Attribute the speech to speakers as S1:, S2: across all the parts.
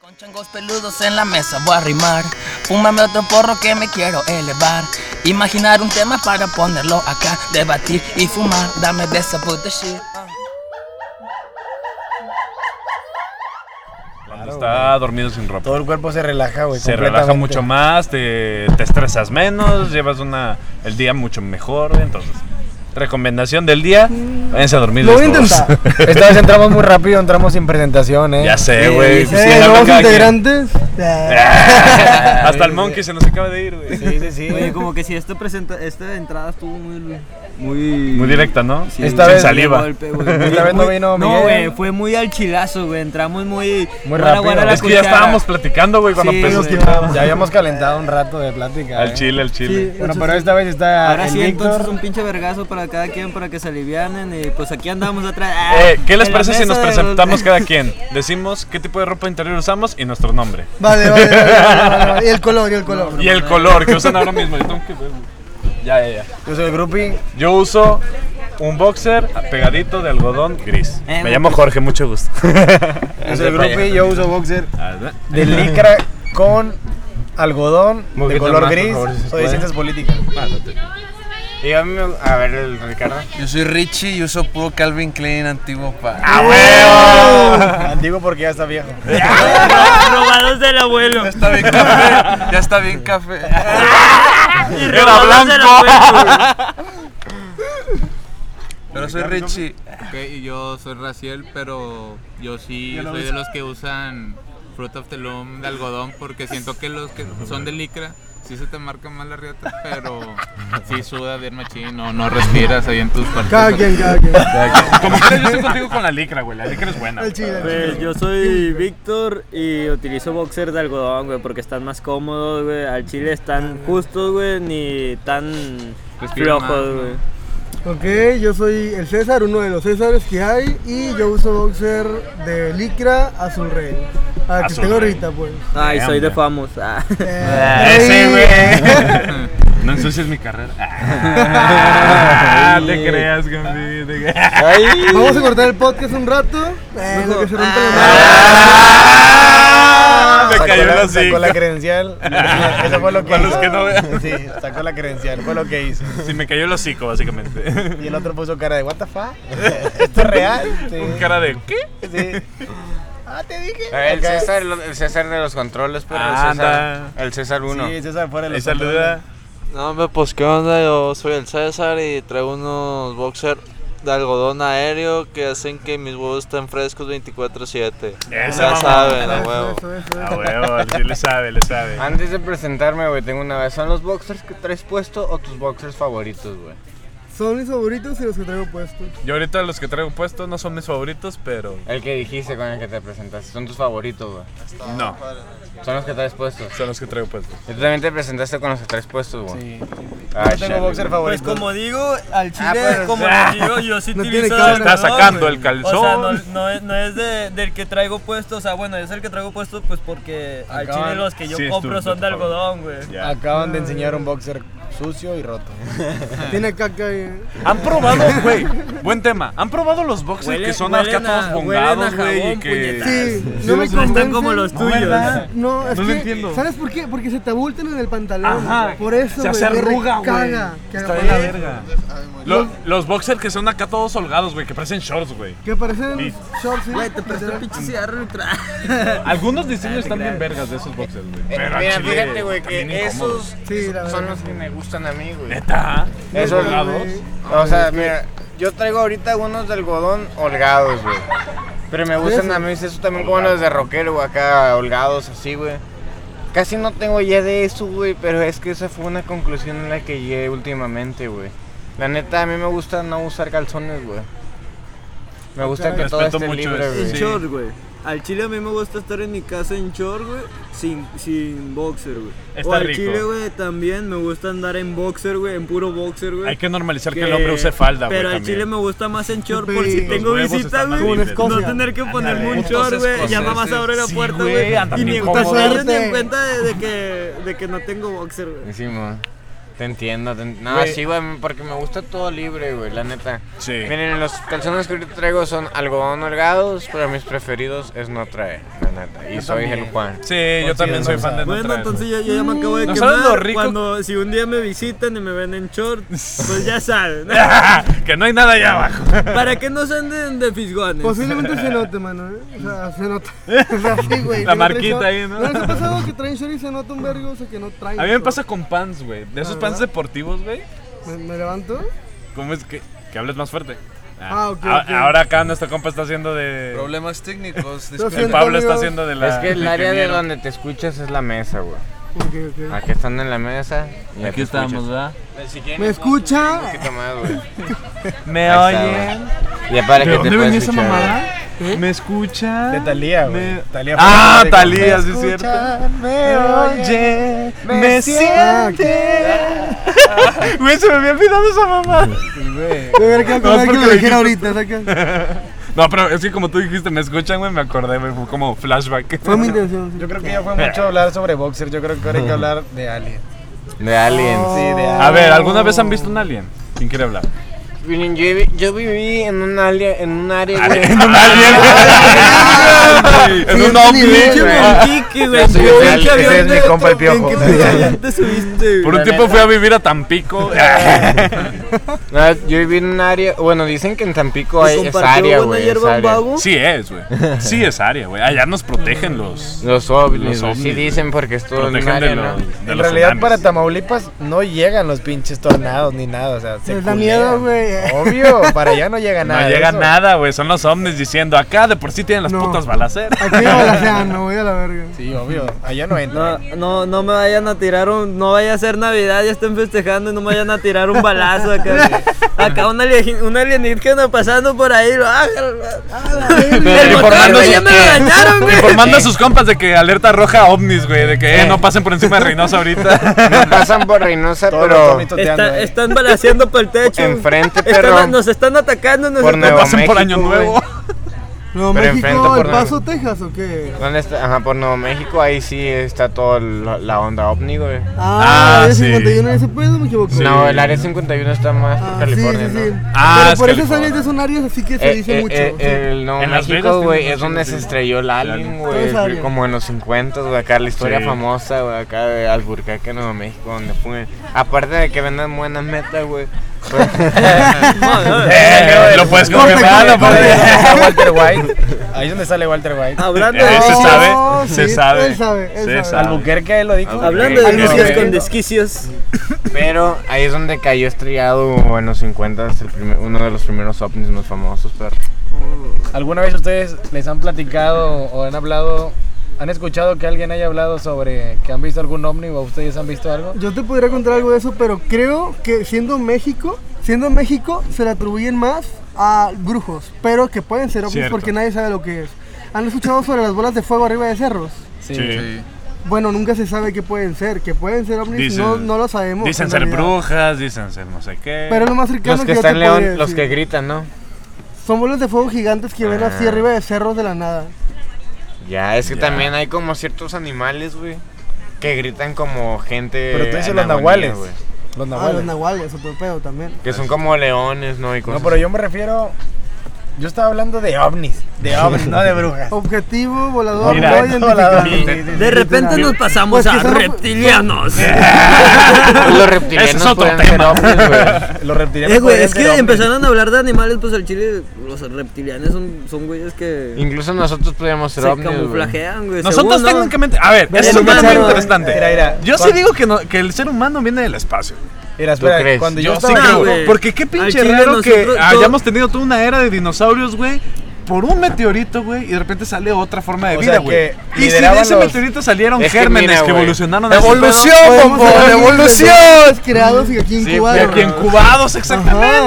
S1: Con changos peludos en la mesa voy a rimar. Fúmame otro porro que me quiero elevar. Imaginar un tema para ponerlo acá. Debatir y fumar. Dame de esa puta shit.
S2: Cuando está dormido sin ropa.
S3: Todo el cuerpo se relaja, güey.
S2: Se
S3: completamente.
S2: relaja mucho más, te, te estresas menos, llevas una, el día mucho mejor. Entonces, recomendación del día: váyanse a dormir.
S4: Lo voy a
S2: desnudos.
S4: intentar.
S3: Esta vez entramos muy rápido, entramos sin presentación, eh.
S2: ya sé, güey. pues, sí,
S4: Eh,
S2: hablan
S4: nuevos
S2: cada quien.
S4: integrantes.
S3: Ah,
S2: Hasta el monkey se nos acaba de ir, güey.
S3: Sí, sí, sí.
S5: Oye, como que si esta presenta, esta entrada estuvo muy muy
S2: Muy directa, ¿no?
S5: Sí,
S3: Esta
S2: Sin
S3: vez-
S2: saliva.
S5: golpe, güey. Muy-
S3: Esta vez no
S5: muy-
S3: vino
S5: No,
S3: Miguel.
S5: güey, fue muy al chilazo, güey. Entramos muy
S3: Muy
S5: para
S3: rápido.
S5: guardar la
S2: Es que ya
S5: cuchara.
S2: estábamos platicando, güey, cuando
S5: Sí,
S2: empezó.
S5: güey.
S3: Ya habíamos calentado un rato de plática. eh.
S2: Al chile, al chile.
S3: Bueno, pero esta vez está
S5: Ahora
S3: el
S5: sí, entonces
S3: Víctor.
S5: un pinche vergazo para cada quien para que se alivianen y pues aquí andamos atrás. Ah,
S2: Eh, ¿Qué les
S5: en la
S2: parece si
S5: mesa
S2: nos
S5: de-
S2: presentamos cada quien? Decimos qué tipo de ropa interior usamos y nuestro nombre.
S4: Vale, vale, vale, vale, vale, vale. Y el color, y el color.
S2: Y el color que usan ahora mismo. Yo tengo que ver, güey. Ya, ya, ya.
S3: Yo soy el groupie.
S2: Yo uso un boxer pegadito de algodón gris.
S5: Eh,
S2: Me
S3: pues.
S2: llamo Jorge, mucho gusto.
S3: Yo soy el groupie. Yo uso boxer
S2: Ah,
S3: de
S2: Del-
S3: licra con algodón
S6: Muy
S3: de
S6: bien,
S3: color
S6: más, por
S3: gris.
S6: favor, si se
S3: Soy de
S6: puede.
S3: ciencias políticas.
S2: Ah,
S6: Y a mí me- a ver, el Ricardo.
S7: Yo soy Richie y uso puro Calvin Klein antiguo pa.
S3: Ah,
S2: ¡A huevo!
S3: Antiguo porque ya está viejo.
S5: Robados del abuelo.
S7: Ya está bien café, ya está bien café.
S2: ¡Era blanco!
S3: pues,
S7: Pero soy Richie.
S8: Ok, y yo soy Raciel, pero yo sí soy de los que usan Fruit of the Loom de algodón porque siento que los que son de licra sí se te marca más la riata, pero sí suda bien machín, no, no respiras ahí en tus partes.
S4: Cada quien, cada quien.
S2: Como quieras, yo estoy contigo con la licra, güey. La licra es buena.
S4: El chile.
S5: Pues yo soy Víctor y utilizo boxers de algodón, güey, porque están más cómodos, güey. Al chile están justos, güey, ni tan
S8: Respira más,
S5: flojos,
S8: ¿no?
S5: güey.
S4: Ok, yo soy el César, uno de los Césares que hay. Y yo uso boxer de licra azul rey. Ah, que
S2: Azul
S4: tengo
S2: rey.
S4: ahorita, pues.
S5: Ay, soy de famos. Ah.
S4: Eh,
S2: Ese,
S4: ahí-
S2: güey. No ensucies mi carrera. Ah, te creas, Gambi. te-
S4: Vamos a cortar el podcast un rato. Eh, lo que se rompe la
S2: Ah, Me
S3: Sacó
S2: cayó
S3: la-
S2: la
S3: Sacó la
S2: cinta. Ah,
S3: credencial. Eso fue lo que
S2: Para
S3: hizo.
S2: los que no vean.
S3: Sí, sacó la credencial. Fue lo que hizo.
S2: Sí, me cayó el hocico, básicamente.
S3: Y el otro puso cara de, ¿What the fuck? ¿Esto es real? Sí.
S2: Un cara de ¿qué?
S3: Sí. Ah, te dije.
S6: Eh, El
S3: Acá.
S6: César, el, el César de los controles, pero el
S2: Ah, Anda.
S6: César, el César 1.
S3: Sí, César fuera de
S2: Le
S3: los
S2: saluda.
S7: No, hombre, pues qué onda, yo soy el César y traigo unos boxer de algodón aéreo que hacen que mis huevos estén frescos 24/7.
S2: Esa
S7: Ya
S2: mamá.
S7: saben, a
S4: Eso,
S7: huevo.
S4: eso, eso.
S2: A Ah, huevo, sí le sabe, le sabe.
S6: Antes de presentarme, güey, tengo una vez. ¿Son los boxers que traes puesto o tus boxers favoritos, güey?
S4: Son mis favoritos y los que traigo puestos.
S2: Yo ahorita los que traigo puestos no son mis favoritos, pero
S6: El que dijiste con el que te presentaste. Son tus favoritos, güey.
S2: no,
S6: Son los que traes puestos.
S2: son los que traigo puestos.
S6: Y tú también te presentaste con los que traes puestos, güey. Sí. Ah,
S3: Yo tengo boxer
S5: Pues
S3: favorito.
S5: como digo, al chile,
S6: pues,
S5: como
S2: ah.
S5: les digo, yo sí
S4: No tiene
S5: utilizo
S4: cara.
S2: Está
S5: algodón,
S2: sacando
S5: güey.
S2: el calzón.
S5: O sea, no, no es, no es de- del que traigo puesto, o sea, bueno, es el que traigo puesto pues porque al
S3: Acaban-
S5: chile los que yo
S2: Sí, es tu-
S5: compro son de
S2: tu favor.
S5: algodón, güey.
S2: Ya.
S3: Acaban de enseñar un boxer sucio y roto.
S4: Tiene caca ahí. eh.
S2: Han probado, güey. Buen tema. Han probado los boxers
S5: Huele-
S2: que son
S5: huelen
S2: acá todos
S5: a-
S2: bongados,
S5: huelen a
S2: güey, y
S5: jabón,
S2: que
S4: Sí,
S5: Sí,
S4: no me
S5: no están
S4: convencen.
S5: como los
S4: No,
S5: tuyos.
S4: ¿verdad? No, es
S2: No lo
S4: que,
S2: entiendo.
S4: ¿Sabes por qué? Porque se te abultan en el pantalón.
S2: Ajá.
S4: Por eso,
S2: se
S4: güey,
S2: hace
S4: me
S2: arruga, güey.
S4: caga que
S2: Está de
S4: hagan
S2: la
S4: eso.
S2: verga. Lo- los boxers que son acá todos holgados, güey, que parecen shorts, güey.
S4: Que parecen
S2: Sí.
S4: shorts. ¿sí?
S5: Güey, te presto el
S4: Literal.
S5: pinche cigarro y tra-
S2: Algunos diseños están bien vergas de esos boxers, güey. Pero al
S6: Mira,
S2: chile,
S6: fíjate, güey,
S2: también
S6: que
S2: incómodos.
S6: esos
S4: Sí, la
S6: son
S4: verdad.
S6: los que me gustan a mí, güey.
S2: Neta.
S6: Esos
S2: holgados.
S6: O sea, mira, yo traigo ahorita unos de algodón holgados, güey. Pero me gustan a mí esos también como los de rockero, güey, acá holgados así, güey. Casi no tengo ya de eso, güey, pero es que esa fue una conclusión a la que llegué últimamente, güey. La neta, a mí me gusta no usar calzones, güey. Me gusta que todo
S2: Respeto
S6: esté
S2: mucho
S6: libre,
S2: eso,
S6: güey.
S5: En
S2: Sí.
S5: short, güey. Al chile a mí me gusta estar en mi casa en short, güey, sin, sin boxer, güey.
S2: Está
S5: o al
S2: rico.
S5: chile, güey, también me gusta andar en boxer, güey, en puro boxer, güey.
S2: Hay que normalizar que el hombre use falda, güey.
S5: Pero al
S2: también.
S5: chile me gusta más en short por
S4: Sí.
S5: si
S4: Los
S5: tengo
S2: huevos
S5: visita,
S2: están más
S5: güey.
S2: libres.
S5: No
S4: Escocia.
S5: tener que ponerme un
S2: Putos
S5: short, güey. Ya
S7: escoceses.
S5: mamás abre la
S2: Sí,
S5: puerta,
S2: güey,
S5: güey.
S2: andan
S5: Y ni
S2: bien
S5: se
S4: cómodos.
S5: dieron ni en
S4: Suerte.
S5: cuenta de, de que, de que no tengo boxer, güey.
S6: Encima. Te entiendo. te en- No,
S2: Güey.
S6: sí, güey, porque me gusta todo libre, güey, la neta.
S2: Sí.
S6: Miren, los calzones que ahorita traigo son algodón holgados, pero mis preferidos es no traer, la neta. Y soy el Juan.
S2: Sí, yo también soy fan de no
S5: Bueno,
S2: traer, güey.
S5: entonces yo, yo ya me acabo de
S2: ¿No
S5: quemar.
S2: sabes lo rico?
S5: Cuando, si un día me visitan y me ven en short, pues ya saben.
S2: que no hay nada allá abajo.
S5: Para que no se anden de fisgones.
S4: Posiblemente se note, mano, ¿eh? O sea, se nota. O sea, sí, güey.
S2: La
S4: digo, traen
S2: marquita
S4: short.
S2: ahí, ¿no?
S4: ¿No les ha pasado que traen short y se nota un vergo? O sea, que no traen
S2: A mí me
S4: short?
S2: pasa con pants, güey. De esos
S4: Ah,
S2: pants
S4: ¿verdad?
S2: deportivos, güey.
S4: ¿Me, me levanto?
S2: ¿Cómo es que, que hables más fuerte?
S4: Ah, ok,
S2: a-
S4: ok.
S2: Ahora acá nuestro compa está haciendo de.
S7: Problemas técnicos,
S4: Lo
S2: El
S4: siento,
S7: disculpa.
S2: Pablo está
S4: amigos.
S2: haciendo de la.
S6: es que el
S2: de
S6: área de
S2: ingeniero.
S6: donde te escuchas es la mesa, güey.
S4: Ok, ok.
S6: Aquí están en la mesa. y ya te escuchas.
S7: ¿verdad?
S4: ¿Me escucha?
S6: Un poquito más, güey.
S2: ¿Me
S6: Ahí está,
S2: oyen?
S6: Ya para que te puedas escuchar.
S4: ¿Eh?
S2: ¿Me escucha?
S3: De Talía, güey.
S2: Me-
S3: Thalía
S2: Ah,
S3: fue-
S2: Talía, sí es cierto. Me oye, me siente. Güey, se me había olvidado esa mamá.
S4: De ver qué
S2: No, es
S4: acordar que
S2: porque
S4: lo
S2: lo
S4: dijera
S2: dijiste.
S4: ahorita, saca.
S2: No, pero es que como tú dijiste, me escuchan, güey, me acordé, güey, fue como flashback.
S4: Fue mi intención. sí.
S3: Yo creo que ya fue mucho hablar sobre boxer. Yo creo que ahora hay que hablar de Oh, Alien.
S6: De Alien.
S3: Sí,
S5: Oh.
S3: de Alien.
S2: A ver, ¿alguna vez han visto un alien? ¿Quién quiere hablar?
S6: Miren, yo, vi- yo viví en un, área, en un área, güey.
S2: En un alien. En un
S5: Pinche
S2: ovni.
S5: Monquique, güey.
S6: Ya soy
S5: Pinche
S6: oficial,
S5: avión
S3: ese es
S5: de
S3: mi
S5: otro-
S3: compa, el Piojo.
S5: ¿En qué pinche avión te subiste,
S2: Por
S5: güey?
S2: un tiempo fui a vivir a Tampico.
S6: No, yo viví en un área. Bueno, dicen que en Tampico
S5: ¿Y
S6: hay es
S5: compartió
S6: área,
S5: buena
S6: güey. es
S5: hierba un
S6: área.
S5: vago?
S2: Sí es, güey. Sí es área, güey. Allá nos protegen los...
S6: Los ovnis,
S2: Los
S6: güey, Sí
S2: ovnis,
S6: dicen porque estuvo en un
S2: Protegen
S6: área,
S2: de
S6: ¿no?
S2: los... de los
S3: En realidad
S2: tsunamis.
S3: para Tamaulipas no llegan los pinches tornados ni nada, o sea, se
S4: Les da
S3: culean.
S4: miedo, güey.
S3: Obvio, para allá no llega nada.
S2: No
S3: de
S2: llega
S3: eso.
S2: nada, güey. Son los ovnis diciendo, acá de por sí tienen las
S4: No.
S2: putas balaceras.
S4: Aquí no la sean, no voy a la verga.
S3: Sí, obvio, allá no entra.
S5: No, no, no me vayan a tirar un. No vaya a ser Navidad, ya estén festejando y no me vayan a tirar un balazo acá. güey. acá un, alien, un alienígena pasando por ahí. Lo, ah, el motor,
S2: Informando
S5: güey,
S2: su-
S5: ya me lo dañaron, güey.
S2: Informando a sus compas de que alerta roja ovnis, güey. De que eh, no pasen por encima de Reynosa ahorita.
S6: No pasan por Reynosa,
S3: Todos los
S6: pero
S3: ovnis toteando,
S5: Está-
S3: eh.
S5: están balaseando por el techo.
S6: enfrente,
S5: Están-
S6: perro.
S5: nos están atacando. Nos
S6: Por
S5: están-
S2: No
S6: Nuevo
S2: pasen por
S6: México,
S2: Año Nuevo.
S4: Nuevo
S6: Pero enfrente
S4: México,
S6: por
S4: El
S6: la-
S4: Paso, Texas, ¿o qué?
S6: ¿Dónde está? Ajá, por Nuevo México. Ahí sí está toda la, la onda ovni, güey.
S4: Ah,
S2: Ah,
S4: área
S2: sí.
S4: 51 ese pedo, me equivoco.
S6: No, el área 51 está más por
S4: Ah, sí,
S6: California,
S4: sí,
S6: ¿no?
S4: sí.
S2: Ah,
S4: Pero
S2: es
S4: por esas
S2: California.
S4: áreas son áreas así que se
S6: Eh,
S4: dice
S6: eh,
S4: mucho.
S6: eh, el Nuevo
S2: En Las Vegas
S6: México,
S2: tiene
S6: güey,
S2: mucho,
S6: es donde
S2: sí.
S6: se estrelló el alien,
S4: Todo
S6: güey.
S4: es alien.
S6: Como en los 50, güey, acá la historia
S2: Sí.
S6: famosa, güey, acá de Alburquerque, Nuevo México, donde fue. Aparte de que vendan buenas metas, güey.
S2: Eh, lo puedes confirmar, lo puedes-
S3: Walter White. Ahí es donde sale Walter White.
S5: Hablando
S2: Eh, se
S5: de.
S2: sabe, se
S4: sí,
S2: sabe.
S4: Él sabe, él
S2: Se
S4: sabe.
S2: sabe.
S3: Albuquerque lo dijo.
S5: Hablando de
S6: Algo
S5: noticias
S6: que-
S5: con desquicios.
S6: Pero ahí es donde cayó estrellado en los 50, el primer- uno de los primeros ovnis más famosos, pero
S3: ¿Alguna vez ustedes les han platicado o han hablado, han escuchado que alguien haya hablado sobre que han visto algún ovni o ustedes han visto algo?
S4: Yo te podría contar algo de eso, pero creo que siendo México, siendo México, se le atribuyen más a brujos, pero que pueden ser ovnis
S2: Cierto.
S4: porque nadie sabe lo que es. ¿Han escuchado sobre las bolas de fuego arriba de cerros?
S2: Sí.
S8: Sí.
S4: Bueno, nunca se sabe qué pueden ser, que pueden ser ovnis,
S2: Dicen-
S4: no, no lo sabemos.
S2: Dicen
S4: en
S2: ser
S4: realidad.
S2: brujas, dicen ser no sé qué.
S4: Pero es lo más cercano
S6: los
S4: que
S6: que
S4: yo
S6: están
S4: te
S6: en
S4: podría
S6: León, los que
S4: decir.
S6: gritan, ¿no?
S4: Son bolas de fuego gigantes que ven así arriba de cerros de la nada.
S6: Ya, es que
S2: Ya.
S6: también hay como ciertos animales, güey, que gritan como gente.
S3: Pero tú dices
S6: en
S3: los
S6: agonía,
S3: nahuales.
S6: güey,
S3: Los
S4: Ah, los
S3: nahuales.
S4: nahuales, otro pedo también.
S6: Que son como leones, ¿no? Y
S3: No,
S6: cosas
S3: pero yo me refiero. Yo estaba hablando de ovnis. De ovnis, no de brujas.
S4: Objetivo, volador,
S2: Mira,
S4: no identificado.
S2: volador.
S5: De repente nos pasamos
S4: Pues que Eh,
S5: a
S4: son-
S5: reptilianos.
S6: Pues los reptilianos
S2: Ese es otro
S6: podrían ser
S2: tema.
S6: ovnis, güey.
S3: Los
S4: pues,
S3: reptilianos.
S5: Eh, güey,
S3: podrían
S5: es
S3: ser
S5: que
S3: ovnis.
S5: empezaron a hablar de animales, pues al chile los reptilianos son, son güeyes que
S6: Incluso nosotros podríamos
S5: se
S6: ser ovnis, güey.
S5: camuflajean, güey.
S2: Nosotros
S5: según, ¿no?
S2: técnicamente, a ver,
S5: Ven,
S2: eso es un
S5: hermano,
S2: tema
S5: güey.
S2: interesante.
S3: Mira, mira.
S2: Yo sí
S3: Cuando-
S2: digo que, no- que el ser humano viene del espacio.
S3: Mira,
S6: ¿Tú
S3: espera,
S6: crees?
S3: cuando yo,
S2: Yo sí
S3: estaba.
S5: creo.
S2: creo.
S5: güey.
S2: Porque qué pinche
S5: Al chile
S2: raro que
S5: nosotros- yo-
S2: hayamos tenido toda una era de dinosaurios, güey. Por un meteorito, güey, y de repente sale otra forma de
S3: O
S2: vida,
S3: sea,
S2: güey.
S3: que
S2: Y si de
S3: lideraban
S2: ese
S3: los-
S2: meteorito salieron
S6: Es que
S2: gérmenes
S6: mira,
S2: que
S6: güey.
S2: evolucionaron.
S3: ¡Evolución,
S4: Podemos
S3: bobo!
S4: hablar de
S3: ¡Evolución!
S4: personas creados y aquí en
S6: Sí,
S4: Cuba.
S2: Y aquí encubados,
S4: Ajá, puede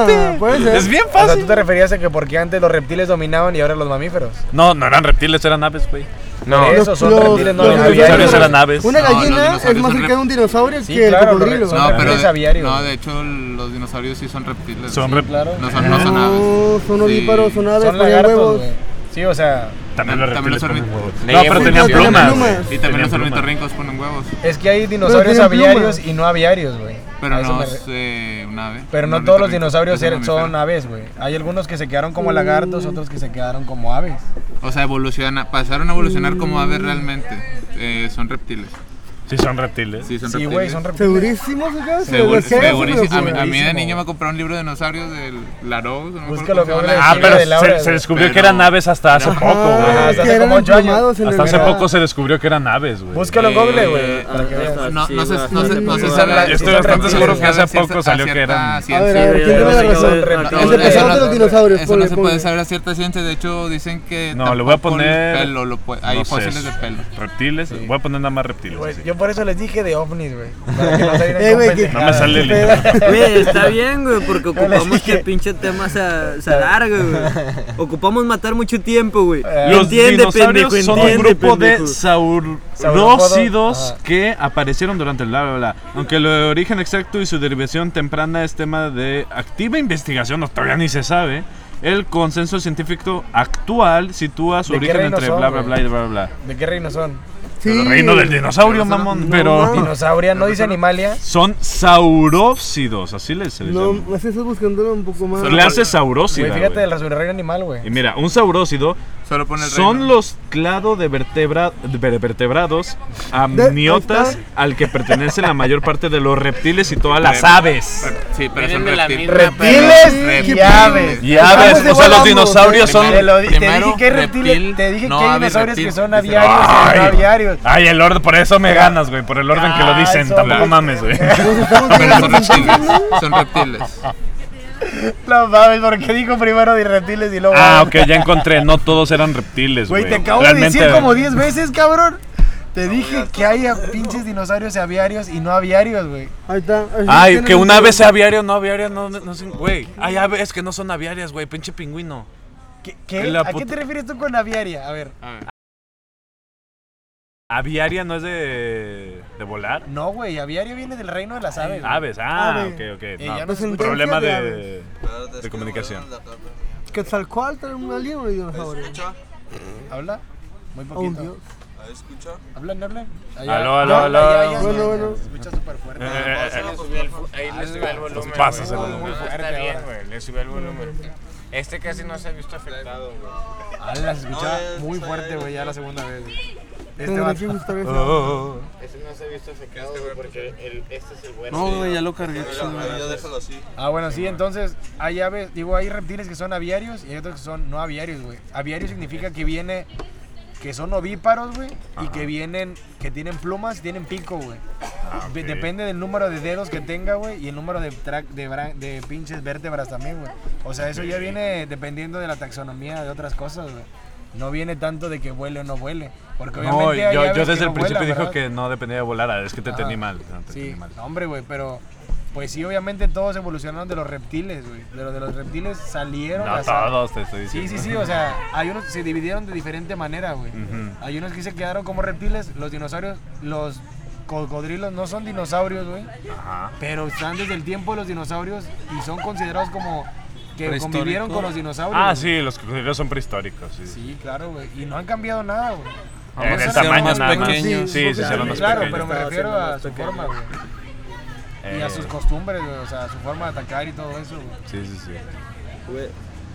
S2: exactamente.
S4: ser.
S2: es bien
S3: O sea,
S2: fácil.
S3: tú te referías a que porque antes los reptiles dominaban y ahora los mamíferos.
S2: No, no eran reptiles, eran aves, güey.
S6: No,
S3: Por eso. esos son reptiles, no
S2: Los dinosaurios eran aves.
S4: Una
S8: No, los
S4: gallina es
S8: dinosaurios
S4: más
S8: son
S4: cercana a un dinosaurio
S3: Sí,
S4: que el
S3: claro, los
S4: cocodrilo.
S3: re- Son
S8: No, pero
S3: reptiles
S8: de,
S3: aviarios.
S8: no, de hecho los dinosaurios sí son reptiles.
S2: Son
S8: sí.
S2: rep-
S3: Claro.
S8: No son, no son
S4: No,
S8: aves.
S4: son
S8: Sí.
S4: ovíparos, son aves,
S3: Son
S4: ponían
S3: lagartos,
S4: huevos.
S3: güey. Sí, o sea,
S2: También los
S8: También
S2: reptiles
S8: los
S2: ponen
S8: orni-
S2: huevos.
S6: Ley
S2: No,
S6: de
S2: pero
S6: evolución.
S2: tenían plumas.
S4: Tenían
S8: Y también los
S2: Tenían plumas.
S8: ornitorrincos ponen huevos.
S3: es que hay dinosaurios
S4: tienen
S3: aviarios
S4: plumas.
S3: y no aviarios, güey.
S8: Pero
S3: A eso
S8: no
S3: me-
S8: es eh, una ave.
S3: Pero no
S8: Un
S3: todos los
S8: mamífero.
S3: dinosaurios
S8: Es un
S3: eran- son
S8: mamífero.
S3: aves, güey. Hay algunos que se quedaron como lagartos, otros que se quedaron como aves.
S8: O sea, evoluciona, pasaron a evolucionar como aves
S3: Mm.
S8: realmente. Eh, son reptiles.
S2: Sí, son reptiles.
S8: Sí, son
S3: Sí,
S8: reptiles.
S3: güey, son reptiles.
S4: ¿Segurísimos acá?
S8: Seguro- segurísimo.
S4: Segurísimos.
S8: A, mí- a mí de
S3: Segurísimo.
S8: niño me compraron un libro de dinosaurios del Larox. No me acuerdo
S3: Búscalo,
S8: cómo se
S3: güey.
S8: llama.
S2: Ah, pero
S3: de Laura,
S2: se,
S3: güey.
S2: se descubrió
S8: Pero-
S2: que eran aves hasta hace poco,
S3: Ajá,
S2: güey.
S3: hasta
S4: que
S3: hace
S4: eran
S3: como ocho años.
S4: diplomados en el
S2: Hasta hace
S4: verano.
S2: poco se descubrió que eran aves, güey.
S3: Búscalo en Google, güey.
S8: Eh,
S3: para que veas.
S8: No, no se, no se, no se
S4: Sí,
S8: sabe.
S2: Yo
S3: son la- sí,
S2: estoy
S3: son
S2: bastante
S3: reptiles.
S2: seguro que hace
S8: A cierta-
S2: poco salió que eran.
S8: ciencia.
S4: A ver, a ver,
S5: Sí,
S4: ¿quién
S5: yo
S4: tiene la
S5: acabo de-
S4: razón?
S5: acabo
S4: El
S5: de-
S4: defensor de
S5: Eso
S4: los
S5: no-
S4: dinosaurios,
S8: Eso no
S4: ponle,
S8: se
S4: ponle.
S8: puede saber a cierta ciencia. De hecho, dicen que.
S2: No, le voy a
S8: tampoco el
S2: poner-
S8: Pelo, lo puede- hay
S2: no sé,
S8: fósiles de pelo.
S2: Reptiles. Voy a poner nada más reptiles.
S3: Güey,
S2: así.
S3: Pues, yo por eso les dije de ovnis, güey. Para que no salieran
S4: Eh,
S3: con
S4: güey, que-
S2: No me
S3: pendejadas.
S2: sale el
S4: Pero-
S2: internet.
S5: Güey, está bien, güey, porque
S3: les
S5: ocupamos que
S3: dije.
S5: el pinche tema se, se alargue, güey. Ocupamos matar mucho tiempo, güey.
S2: Los
S5: Entiende,
S2: dinosaurios
S5: pendejo,
S2: son
S5: entiende,
S2: un grupo
S5: pendejo.
S2: de saur-
S3: Saurópodos,
S2: saurópodos
S3: ajá.
S2: que aparecieron durante el bla bla bla. Aunque el origen exacto y su derivación temprana es tema de activa investigación, no, todavía ni se sabe. El consenso científico actual sitúa su
S3: ¿De qué
S2: origen
S3: reino
S2: entre
S3: son,
S2: bla bla
S3: güey?
S2: bla y bla bla.
S3: ¿De qué reino son?
S2: El reino del dinosaurio, mamón. Pero
S3: Dinosauria, no dice animalia.
S2: son saurópsidos, así les se les
S4: No,
S2: llama.
S4: así estás buscándolo un poco más.
S2: Clase
S3: Güey,
S2: saurócida.
S3: fíjate
S2: güey.
S3: del reino animal, güey.
S2: Y mira, un saurócido
S8: Solo pone el
S2: Son
S8: reino.
S2: los clado de vertebra- de ver- vertebrados, amniotas, al que pertenece la mayor parte de los reptiles y todas las aves.
S8: Sí, pero son
S6: Vienen de la
S8: reptiles.
S6: misma,
S3: Reptiles y aves.
S2: Y aves,
S3: Estamos de
S2: o sea,
S3: buen
S2: los
S3: ángulo,
S2: dinosaurios
S3: güey.
S2: son-
S3: Te, lo di- te
S8: Primero,
S3: dije que hay reptiles.
S8: reptil,
S3: te dije
S8: no
S3: que hay
S8: aves,
S3: dinosaurios que
S8: reptil.
S3: son aviarios y no aviarios.
S2: Ay, el orden, por eso me ganas, güey, por el orden que lo
S3: Ah,
S2: dicen,
S3: eso,
S2: tampoco
S3: güey.
S2: mames, güey.
S8: Pero son reptiles. Son reptiles.
S3: No mames, ¿por qué dijo primero de reptiles y luego?
S2: Ah,
S3: aves?
S2: ok, ya encontré, no todos eran reptiles, güey.
S3: Güey, te acabo
S2: Realmente-
S3: de decir como 10 veces, cabrón. Te dije que hay a- pinches dinosaurios aviarios y no aviarios, güey.
S4: Ahí está. ahí
S2: Ay,
S4: tienen
S2: que
S4: un
S2: una
S4: video.
S2: ave sea aviario, no aviaria, no, no, no sé, güey. Hay aves que no son aviarias, güey, pinche pingüino.
S3: ¿Qué, qué?
S2: La
S3: ¿A qué
S2: puta-
S3: te refieres tú con aviaria? A ver.
S2: Aviaria no es de, de volar.
S3: No, güey, aviario viene del reino de las aves. güey.
S2: Aves, ah, ok,
S4: Ave.
S2: ok. no,
S3: Eh,
S2: pues,
S3: ya no se escucha.
S2: problema
S4: de
S2: de,
S4: aves.
S2: de comunicación. Eh,
S4: Quetzalcóatl era un alien o un
S3: Pues,
S4: dinosaurio.
S3: Habla. Muy
S4: O un
S3: poquito.
S4: dios.
S3: Hablan, no hablan.
S2: Aló, aló,
S3: No,
S2: aló.
S3: allá, allá,
S4: Bueno,
S3: allá.
S4: bueno.
S3: Se escucha súper fuerte.
S2: Eh, eh, eh,
S6: Le subí el fu- Ahí le subí el volumen.
S2: pasas
S6: güey.
S2: el volumen.
S6: No, Está bien, güey. Le subí el volumen. Este casi no se ha visto afectado, güey.
S3: Ala, se escuchaba Ah, muy fuerte, güey, ya la segunda vez. güey. Este
S4: Tendrá que
S3: vato.
S4: gustar eso.
S6: Este no se ha visto afectado, güey, porque el, este es el bueno.
S7: No, güey, ya lo cargué. chingada.
S3: Ah, bueno, sí, entonces hay aves, digo, hay reptiles que son aviarios y hay otros que son no aviarios, güey. Aviario significa que viene, que son ovíparos, güey, y que vienen, que tienen plumas y tienen pico, güey.
S2: Ah,
S3: Ve- Depende del número de dedos que tenga, güey, y el número de, tra- de, bra- de pinches vértebras también, güey. O sea, eso ya viene dependiendo de la taxonomía de otras cosas, güey. No viene tanto de que vuele o no vuele. Porque
S2: No,
S3: obviamente
S2: yo,
S3: hay
S2: yo
S3: aves que
S2: desde
S3: no
S2: el principio
S3: vuelan,
S2: dijo
S3: ¿verdad?
S2: que no dependía de volar, es que te
S3: Ajá.
S2: entendí mal. no, te
S3: Sí,
S2: entendí mal.
S3: no, hombre, güey, pero pues sí, obviamente todos evolucionaron de los reptiles, güey. De los de los reptiles salieron.
S2: No,
S3: las-
S2: todos te estoy
S3: Sí,
S2: diciendo.
S3: sí, sí, o sea, hay unos que se dividieron de diferente manera, güey.
S2: Ujú.
S3: Hay unos que se quedaron como reptiles, los dinosaurios, los cocodrilos no son dinosaurios, güey,
S2: Ajá.
S3: pero están desde el tiempo de los dinosaurios y son considerados como que
S7: Prehistórico.
S3: convivieron con los dinosaurios.
S2: Ah,
S3: güey.
S2: sí, los cocodrilos son prehistóricos. Sí,
S3: Sí, claro, güey. Y no han cambiado nada, güey.
S2: Eh,
S7: se
S2: de
S7: hicieron
S2: tamaño
S7: más
S2: nada más.
S7: pequeños.
S2: Sí, sí, se hicieron más
S3: claro, pero
S2: pequeños.
S3: me refiero a su forma, güey. Y a
S2: Eh,
S3: sus costumbres, güey, o sea, su forma de atacar y todo eso, güey.
S2: Sí, sí, sí.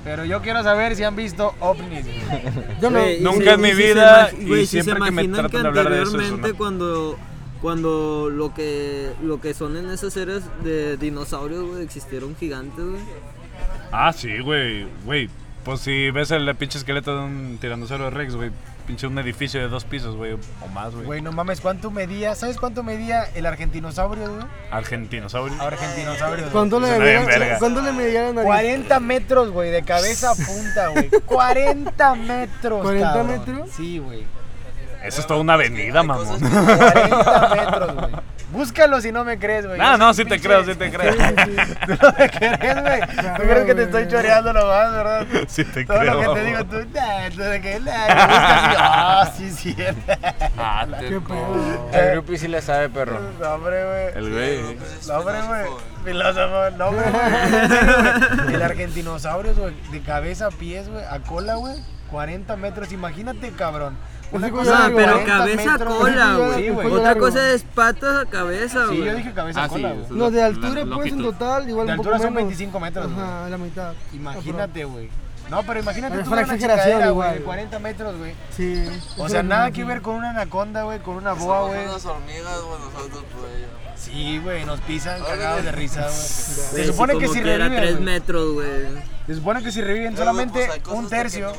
S3: Pero yo quiero saber si han visto ovnis. güey.
S4: Yo no.
S5: Güey, y
S2: Nunca
S5: si-
S2: en mi
S5: y si se
S2: vida,
S5: imag-
S2: y
S5: güey, si se
S2: siempre que me
S5: imaginan
S2: tratan de hablar de eso, es
S5: anteriormente
S2: una-
S5: cuando cuando lo que lo que son en esas series de dinosaurios, güey, existieron gigantes, güey.
S2: Ah, sí, güey. Güey, pues si ves el pinche esqueleto de un tiranosaurio rex, güey. Pinche un edificio de dos pisos, güey. O más, güey.
S3: Güey, no mames, ¿cuánto medía? ¿Sabes cuánto medía el argentinosaurio, güey?
S2: Argentinosaurio.
S3: Argentinosaurio. güey.
S4: ¿Cuánto le
S2: Suena bien verga.
S4: medían? ¿Cuánto le medían la nariz?
S3: 40 metros, güey, de cabeza a punta, güey. 40 metros.
S4: 40
S3: cabrón.
S4: metros?
S3: Sí, güey.
S2: Eso es toda una avenida, mamón.
S3: 40 metros, güey. Búscalo si no me crees, güey.
S2: No,
S3: Yo
S2: no,
S3: soy
S2: sí te
S3: pinche-
S2: creo, sí te creo.
S3: ¿Tú no me crees, güey? ¿Tú crees que te estoy choreando nomás, verdad?
S2: Sí te
S3: Todo
S2: creo.
S3: lo que te digo tú, nah, tú de que, nah, me gusta, sí, ah, sí, cierto.
S2: Ah,
S4: Qué pedo.
S6: El grupo sí le sabe, perro.
S3: No, hombre, güey.
S2: el güey.
S3: No, hombre, güey. Filósofo, no, hombre, güey. En serio, güey. El argentinosaurio, güey, de cabeza a pies, güey, a cola, güey. 40 metros, imagínate, cabrón. Una
S4: Ese
S3: cosa
S4: güey
S3: de
S5: No, pero
S3: 40
S5: cabeza
S3: metros,
S5: cola,
S3: ¿eh? sí,
S5: güey.
S3: güey.
S5: Otra cosa es patas a cabeza,
S3: Sí,
S5: güey.
S3: yo dije cabeza
S8: Ah, sí,
S3: cola, güey.
S8: eso es
S4: No, de
S8: lo-
S4: altura,
S8: la-
S4: pues en
S8: longitud.
S4: total, igual
S3: De
S4: un poco
S3: altura son
S4: menos.
S3: 25 metros, güey.
S4: Ajá, la mitad.
S3: Imagínate, güey. No, pero imagínate
S4: Pero
S3: tú
S4: fue una
S3: con una
S4: exageración
S3: chicadera,
S4: igual,
S3: güey, de
S4: güey.
S3: 40 metros, güey.
S4: Sí.
S3: O sea, nada que ver con una anaconda, güey, con una boa, güey.
S7: hormigas, güey, nosotros por ello.
S3: Sí, güey, nos pisan cagados de risa, güey.
S5: Güey,
S3: Se
S5: si
S3: supone que
S5: como
S3: si
S5: era tres
S3: reviven, güey.
S5: metros, güey.
S3: se supone que si reviven
S7: pues,
S3: solamente un tercio.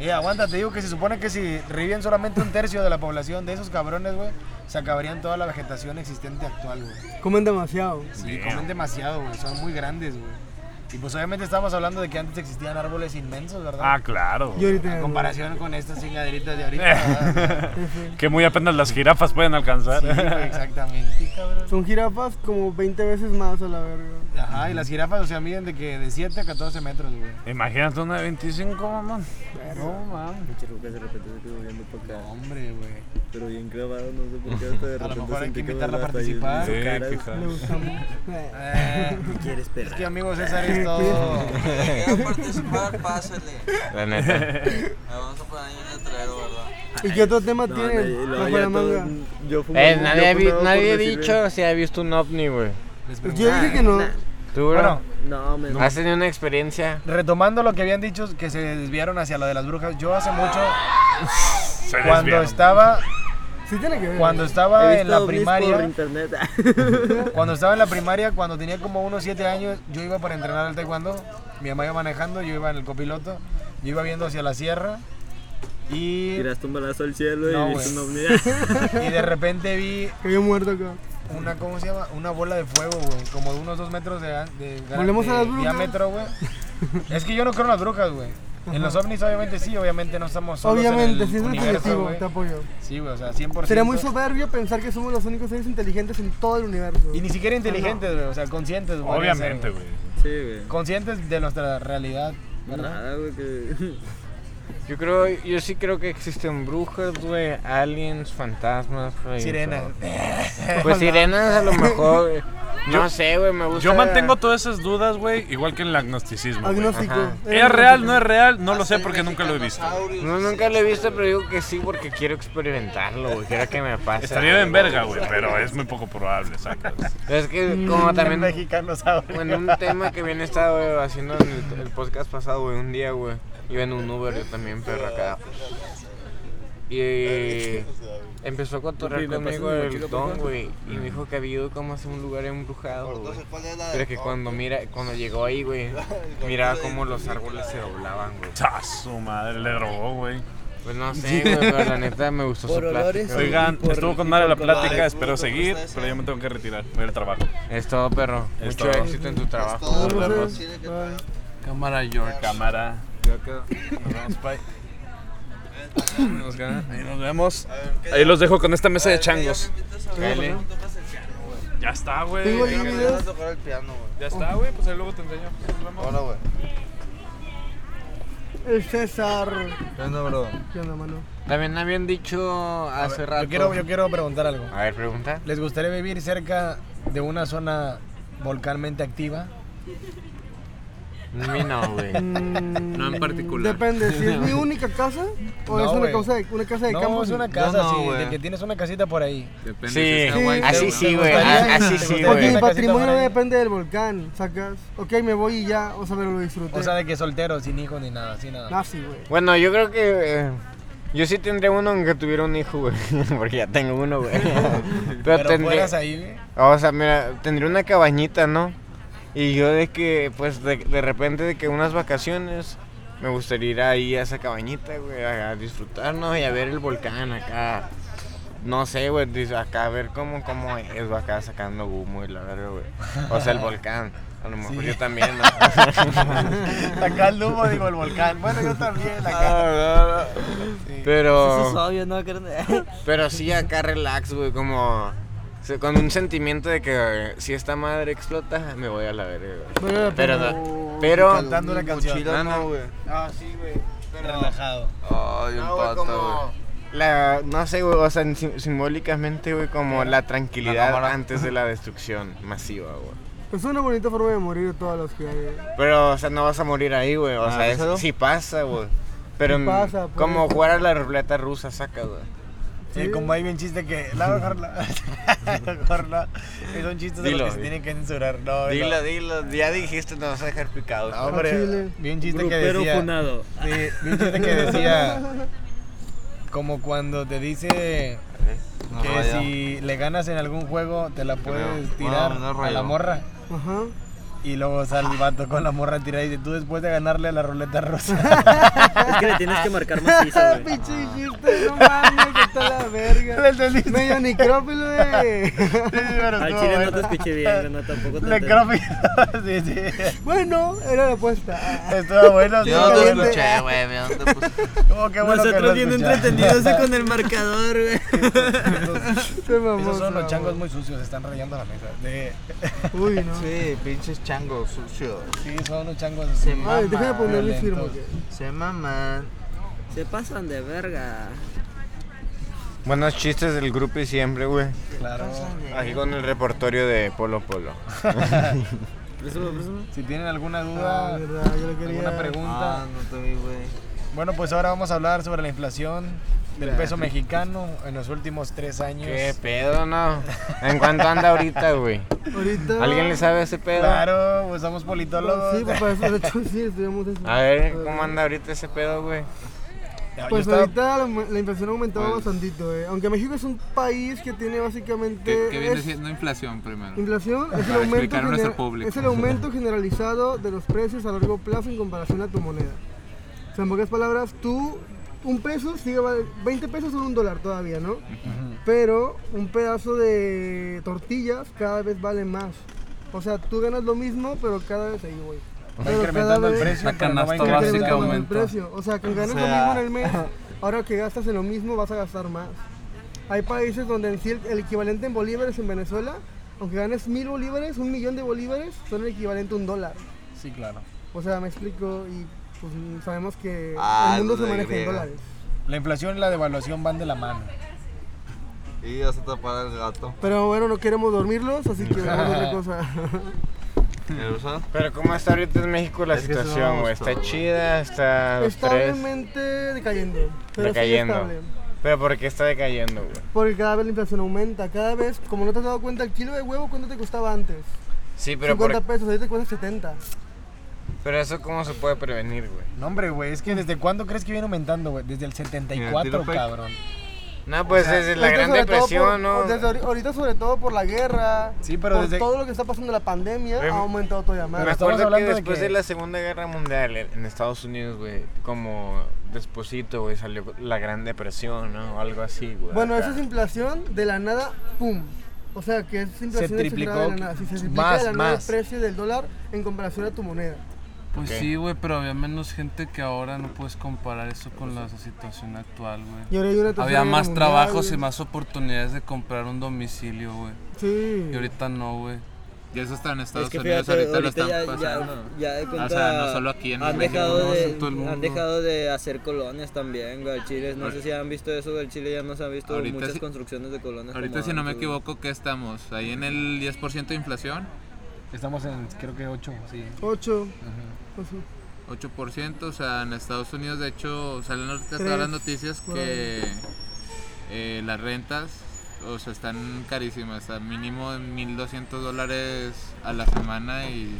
S3: Eh, aguanta, te digo que se supone que si reviven solamente un tercio de la población de esos cabrones, güey, se acabarían toda la vegetación existente actual, güey.
S4: Comen demasiado.
S3: Sí, comen demasiado, güey, son muy grandes, güey. Y pues obviamente estamos hablando de que antes existían árboles inmensos, ¿verdad?
S2: Ah, claro.
S4: Yo ahorita.
S3: En comparación con estas chingaderitas de ahorita. ¿verdad?
S2: Que muy apenas las jirafas pueden alcanzar.
S3: Sí, güey, exactamente, cabrón.
S4: Son jirafas como 20 veces más a la verga.
S3: Ajá, y las jirafas, o sea, miden de que de 7 a 14 metros, güey.
S2: Imagínate una de 25, mamón.
S3: No, mames. Hombre, güey.
S9: Pero bien grabado, no sé por qué hasta de
S3: A lo
S9: repente
S3: mejor hay
S9: sentí
S3: que
S9: me
S3: invitarla a
S9: estaba yendo
S3: participar.
S9: su
S2: Sí,
S9: cara,
S2: qué
S4: Le gustamos. Eh.
S3: Eh,
S5: Quieres
S3: es
S5: perra.
S3: que, amigo, César es todo.
S7: Quiero participar, pásale.
S6: La neta. Eh,
S7: Me vamos a poner ahí un letrero, ¿verdad?
S4: ¿Y qué otro tema
S9: No,
S4: tienen?
S9: nadie-
S4: bajo
S9: no, ya
S4: la manga.
S9: todo- yo fumaba-
S2: pues
S6: Eh,
S9: yo
S6: nadie ha, vi-
S9: fumaba por
S6: nadie ha
S9: decir-
S6: dicho si ha visto un ovni, güey.
S3: Les
S4: Pues
S3: pregunto.
S4: yo dije que no.
S6: ¿Tú, bro?
S3: Bueno,
S5: No, me
S6: ¿Has tenido una experiencia?
S3: retomando lo que habían dicho, que se desviaron hacia lo de las brujas. Yo hace mucho,
S2: Se
S3: cuando
S2: desviaron.
S3: estaba,
S4: Sí tiene que ver. ¿eh?
S3: cuando
S5: He
S3: estaba en
S5: visto
S3: la
S5: ovnis Por
S3: primaria,
S5: internet.
S3: cuando estaba en la primaria, cuando tenía como unos 7 años, yo iba para entrenar al taekwondo. Mi mamá iba manejando, yo iba en el copiloto, yo iba viendo hacia la sierra y,
S5: Tiraste un balazo al cielo
S3: No,
S5: y viste un
S3: güey.
S5: ovni.
S3: y de repente vi
S4: Cayó muerto acá.
S3: una, ¿cómo se llama? Una bola de fuego, güey. Como de unos dos metros de, de, de-
S4: Volvemos a las
S3: de
S4: brujas.
S3: diámetro, güey. Es que yo no creo en las brujas, güey. En los ovnis obviamente sí, obviamente no estamos solos
S4: Obviamente,
S3: en
S4: si
S3: el
S4: es
S3: universo,
S4: definitivo,
S3: güey.
S4: te apoyo.
S3: Sí, güey, o sea, 100%.
S4: Sería muy soberbio pensar que somos los únicos seres inteligentes en todo el universo.
S3: Y ni siquiera inteligentes, güey, o sea, conscientes, güey.
S2: Obviamente,
S3: o sea,
S2: güey.
S5: Sí, güey.
S3: Conscientes de nuestra realidad, ¿verdad?
S5: Nada, güey. que-
S6: Yo creo, yo sí creo que existen brujas, güey, aliens, fantasmas, güey.
S3: Sirenas.
S6: todo. Pues sirenas a lo mejor. güey. No sé, güey, me gusta.
S2: Yo mantengo todas esas dudas, güey, igual que en el agnosticismo. güey.
S4: Agnóstico.
S6: Ajá.
S4: Eh,
S2: ¿Es real? ¿No es real? No lo sé porque nunca lo he visto.
S6: No, nunca lo he visto, pero digo que sí porque quiero experimentarlo, güey. Quiero que me pase.
S2: Estaría
S6: algo,
S2: bien verga, güey, pero es muy poco probable, sacas.
S6: Pero es que como
S3: También
S6: también
S3: Mm. mexicanos ahora.
S6: Bueno, un tema que bien estaba güey, haciendo en el, el podcast pasado, güey, un día, güey. Iba en un Uber, yo también, perro acá. Y eh, empezó a cotorrear conmigo el don, güey. Y me dijo que había ido como hacia un lugar embrujado, güey. Pero que cuando, mira, cuando llegó ahí, güey, miraba como los árboles se doblaban, güey.
S2: ¡Ah, su madre! Le drogó, güey.
S6: Pues no sé, güey, pero la neta me gustó su
S5: Por
S6: plática.
S5: olores.
S6: güey.
S2: Oigan, estuvo con madre la plática, espero seguir, pero yo me tengo que retirar, voy al trabajo.
S6: Es todo, perro.
S2: Es
S6: Mucho
S2: todo.
S6: éxito en tu trabajo.
S4: no, no sé. Ay.
S2: Cámara, George. Cámara. Nos gana. Ahí nos vemos. Ahí los dejo con esta mesa de changos.
S6: Cáele.
S2: Ya está, güey.
S4: Tengo ahí videos.
S7: tocar el piano, güey.
S2: Ya está, güey, pues ahí luego te enseño. Nos vemos.
S7: Hola, güey.
S4: El César.
S7: Bueno, bro.
S4: ¿Qué onda, mano?
S6: También habían dicho hace rato.
S3: Yo quiero, yo quiero preguntar algo.
S6: A ver, pregunta.
S3: ¿Les gustaría vivir cerca de una zona volcánmente activa?
S6: A mí no, güey.
S4: Mm,
S8: No en particular.
S4: Depende, si es mi única casa o
S3: No,
S4: es una
S3: güey.
S4: casa, de, una casa de
S3: No,
S4: campo.
S3: es
S4: sí.
S3: una casa,
S6: no,
S3: sí, de
S6: güey.
S3: que tienes una casita por ahí.
S8: Depende
S6: Sí,
S8: si es Hawái,
S6: así
S8: pero
S6: sí,
S8: no.
S6: güey.
S3: gustaría?
S6: a-
S4: Ah,
S6: Así sí,
S3: gustaría?
S6: güey.
S4: Porque mi
S3: Una casita
S4: patrimonio
S3: por ahí.
S4: depende del volcán, sacas. Ok, me voy y ya, o sea, pero lo disfruté.
S3: O sea, de que soltero, sin hijos ni nada, sin nada.
S4: Nazi, güey.
S6: Bueno, yo creo que. eh, yo sí tendría uno aunque tuviera un hijo, güey. Porque ya tengo uno, güey. Pero,
S3: Pero
S6: tendría.
S3: fueras ahí, güey.
S6: O sea, mira, tendría una cabañita, ¿no? Y yo de que, pues, de, de repente, de que unas vacaciones. Me gustaría ir ahí a esa cabañita, güey, a, a disfrutar, ¿no? Y a ver el volcán acá. No sé, güey, dis- acá a ver cómo, cómo es, güey, acá sacando humo y la verga, güey. O sea, el volcán. A lo mejor yo también, ¿no?
S3: Acá el humo, digo, el volcán. Bueno, yo también, acá.
S6: Ah, no, no.
S5: Eso es
S6: Pero,
S5: obvio, ¿no? carnal?
S6: pero sí acá relax, güey, como se- con un sentimiento de que eh, si esta madre explota, me voy a la verga. güey.
S4: Pero-
S6: Pero,
S4: pero-
S6: pero,
S3: Cantando una canción.
S6: No, no,
S7: Ah, sí, güey.
S3: Relajado.
S7: Ay, un
S3: Ah,
S6: No, güey,
S7: pata,
S6: como
S7: güey.
S6: la, no sé, güey, o sea, en sim- simbólicamente, güey, como la
S7: La
S6: tranquilidad
S7: cámara.
S6: antes de la destrucción masiva, güey.
S4: Es una bonita forma de morir de todas las que hay.
S6: Pero, o sea, no vas a morir ahí, güey, o
S7: Ah,
S6: sea, es-
S7: ¿eso?
S6: sí pasa, güey. Pero
S4: ¿Qué pasa, pues?
S6: como jugar a la ruleta rusa, saca, güey.
S3: Sí, como hay un chiste que. La mejor no. La mejor no. Es un chiste de
S6: Dilo,
S3: los que se
S6: güey.
S3: tienen que censurar. No, no.
S6: Dilo, dilo, ya dijiste, no vas a dejar picados.
S3: No, hombre.
S4: Chile.
S3: Vi un chiste que
S5: Grupero
S3: decía.
S5: funado.
S3: Sí, vi un chiste que decía. Como cuando te dice
S7: No
S3: que
S7: rayó.
S3: si le ganas en algún juego, te la puedes
S7: Creo.
S3: tirar
S7: No, no
S3: a la
S7: rayó.
S3: morra.
S4: Ajá.
S3: Y luego sale el vato con la morra tirada y dice, tú después de ganarle a la ruleta rusa.
S5: Es que le tienes que marcar macizo, güey.
S4: Pinche chiste, no mames, que está la verga.
S3: ¿Le entendiste?
S4: Medio necrófilo, güey.
S5: Al chile no te escuché bien, güey, no tampoco te
S3: Le
S5: entendí.
S3: sí, sí.
S4: Bueno, era la apuesta. Ah,
S3: Estuvo Ah, bueno.
S7: Yo no te
S4: Obviamente.
S7: escuché, güey. yo no te puse-
S3: Como que bueno que lo
S5: Nosotros bien
S3: escuchaste.
S5: entretenidos
S4: ¿eh?
S5: eh, con el marcador, güey.
S4: Se mamó,
S3: Esos
S4: se
S3: son los
S4: mamó.
S3: changos muy sucios, están rayando la mesa. De-
S4: Uy, no.
S7: Sí, pinches changos sucios.
S3: sí, son unos changos así.
S7: Sí,
S4: Ay, déjame
S7: Mamá,
S4: ponerle firma.
S3: violentos.
S7: Se maman.
S5: Se pasan de verga.
S6: Buenos chistes del grupo y siempre, güey.
S4: Ah,
S3: Claro.
S6: Aquí con el repertorio de Polo Polo.
S5: Préstame, préstame.
S3: Si tienen alguna
S4: Ah,
S3: duda,
S4: verdad, yo lo quería.
S3: alguna pregunta.
S7: Ah, no te vi, güey.
S3: Bueno, pues ahora vamos a hablar sobre la inflación del peso mexicano en los últimos tres años.
S6: ¿Qué pedo, no? ¿En cuánto anda ahorita, güey?
S4: Ahorita.
S6: ¿Alguien le sabe ese pedo?
S3: Claro, pues somos
S4: Ah,
S3: politólogos.
S4: Sí, pues para eso, de hecho, sí, estudiamos eso.
S6: A ver, ¿cómo anda ahorita ese pedo, güey?
S3: Ya, yo
S4: Pues
S3: estaba-
S4: ahorita la, la inflación ha aumentado
S6: Pues-
S4: bastantito, eh. Aunque México es un país que tiene
S8: ¿Qué,
S4: básicamente...
S8: qué viene
S4: es-
S8: siendo inflación primero?
S4: Inflación es el,
S8: Para
S4: aumento
S8: explicar a nuestro
S4: gener-
S8: público.
S4: es el aumento generalizado de los precios a largo plazo en comparación a tu moneda. O sea, en pocas palabras, tú, un peso sigue val- 20 pesos son un dólar todavía, ¿no? Pero un pedazo de tortillas cada vez vale más. O sea, tú ganas lo mismo, pero cada vez ahí, güey.
S3: va
S4: Pero
S3: incrementando
S4: cada
S3: el
S4: vez-
S3: precio.
S1: La
S3: pero no va
S1: canasta
S3: incrementando
S1: básica
S4: incrementa más el
S1: aumenta.
S4: precio. O sea, que ganas
S7: O sea-
S4: lo mismo en el mes, ahora que gastas en lo mismo vas a gastar más. Hay países donde en sí el, el equivalente en bolívares en Venezuela, aunque ganes mil bolívares, un millón de bolívares, son el equivalente a un dólar.
S3: Sí, claro.
S4: O sea, me explico y pues sabemos que
S7: Ah,
S4: el mundo se
S7: lo de
S4: maneja en
S7: griega.
S4: dólares.
S3: La inflación y la devaluación van de la mano.
S7: Y vas a tapar al gato.
S4: Pero bueno, no queremos dormirlos, así que vamos a otra cosa.
S7: ¿El uso?
S6: Pero ¿cómo está ahorita en México la
S7: Es que eso no me
S6: situación, güey?
S7: gustó,
S6: ¿Está
S7: güey.
S6: chida? ¿Está tres?
S4: Establemente decayendo. Pero sigue
S6: Decayendo.
S4: estable.
S6: ¿Pero por qué está decayendo, güey?
S4: Porque cada vez la inflación aumenta, cada vez, como no te has dado cuenta, el kilo de huevo, ¿cuánto te costaba antes?
S6: Sí, pero,
S4: 50
S6: por-
S4: pesos, ahorita te cuesta 70.
S6: pero eso ¿cómo se puede prevenir, güey?
S3: No, hombre, güey, es que ¿desde cuándo crees que viene aumentando, güey? Desde el 74,
S7: Mira, tiro pa'
S3: cabrón.
S6: No, pues desde la
S4: Ahorita
S6: Gran
S4: sobre todo por-
S6: Depresión, ¿no?
S4: desde ahori- ahorita sobre todo por la guerra,
S3: Sí, pero
S4: por
S3: desde-
S4: todo lo que está pasando en la pandemia,
S6: Rem-
S4: ha aumentado todavía
S6: Em, Me
S4: más.
S3: Pero estamos
S6: acuerdo que
S3: hablando de
S6: después
S3: que-
S6: de, la Segunda Guerra Mundial en en Estados Unidos, güey, como desposito, güey, salió la Gran Depresión, ¿no? O algo así, güey.
S4: bueno,
S6: acá.
S4: eso es inflación de la nada, ¡pum! O sea, que es inflación
S3: triplicó,
S4: exagerada de la nada. Si se triplica
S3: más,
S4: de la nada el
S3: más.
S4: precio del dólar en comparación a tu moneda.
S10: Pues
S6: Ok.
S10: sí, güey, pero había menos gente que ahora no puedes comparar eso con la situación actual,
S4: Y
S10: güey.
S4: ahora hay una tercera
S10: Había
S4: guerra
S10: más
S4: mundial,
S10: trabajos
S4: güey.
S10: y más oportunidades de comprar un domicilio, güey.
S4: Sí.
S10: Y ahorita no, güey.
S8: Y eso está en Estados
S5: Es que
S8: Unidos,
S5: fíjate,
S8: ahorita, lo
S5: ahorita
S8: están
S5: ya,
S8: pasando.
S5: ya, ya de
S8: O
S5: cuenta,
S8: sea, no solo aquí en
S5: han
S8: México,
S5: dejado
S10: no,
S5: de,
S10: en todo el mundo.
S5: Han dejado de hacer colonias también, güey, al Chile. No sé si han visto eso, güey, al Chile ya no se han visto
S8: Ahorita
S5: muchas
S8: sí-
S5: construcciones de colonias.
S8: Ahorita
S5: como
S8: si no me
S5: antes, güey.
S8: equivoco, ¿qué estamos? Ahí en el 10% de inflación,
S3: Estamos en, creo que 8, sí.
S4: 8. Pues sí.
S8: 8%, o sea, en Estados Unidos de hecho salen ahorita
S4: Tres,
S8: todas las noticias
S4: por ahí.
S8: que eh, las rentas, o sea, están carísimas, a mínimo en 1.200 dólares a la semana y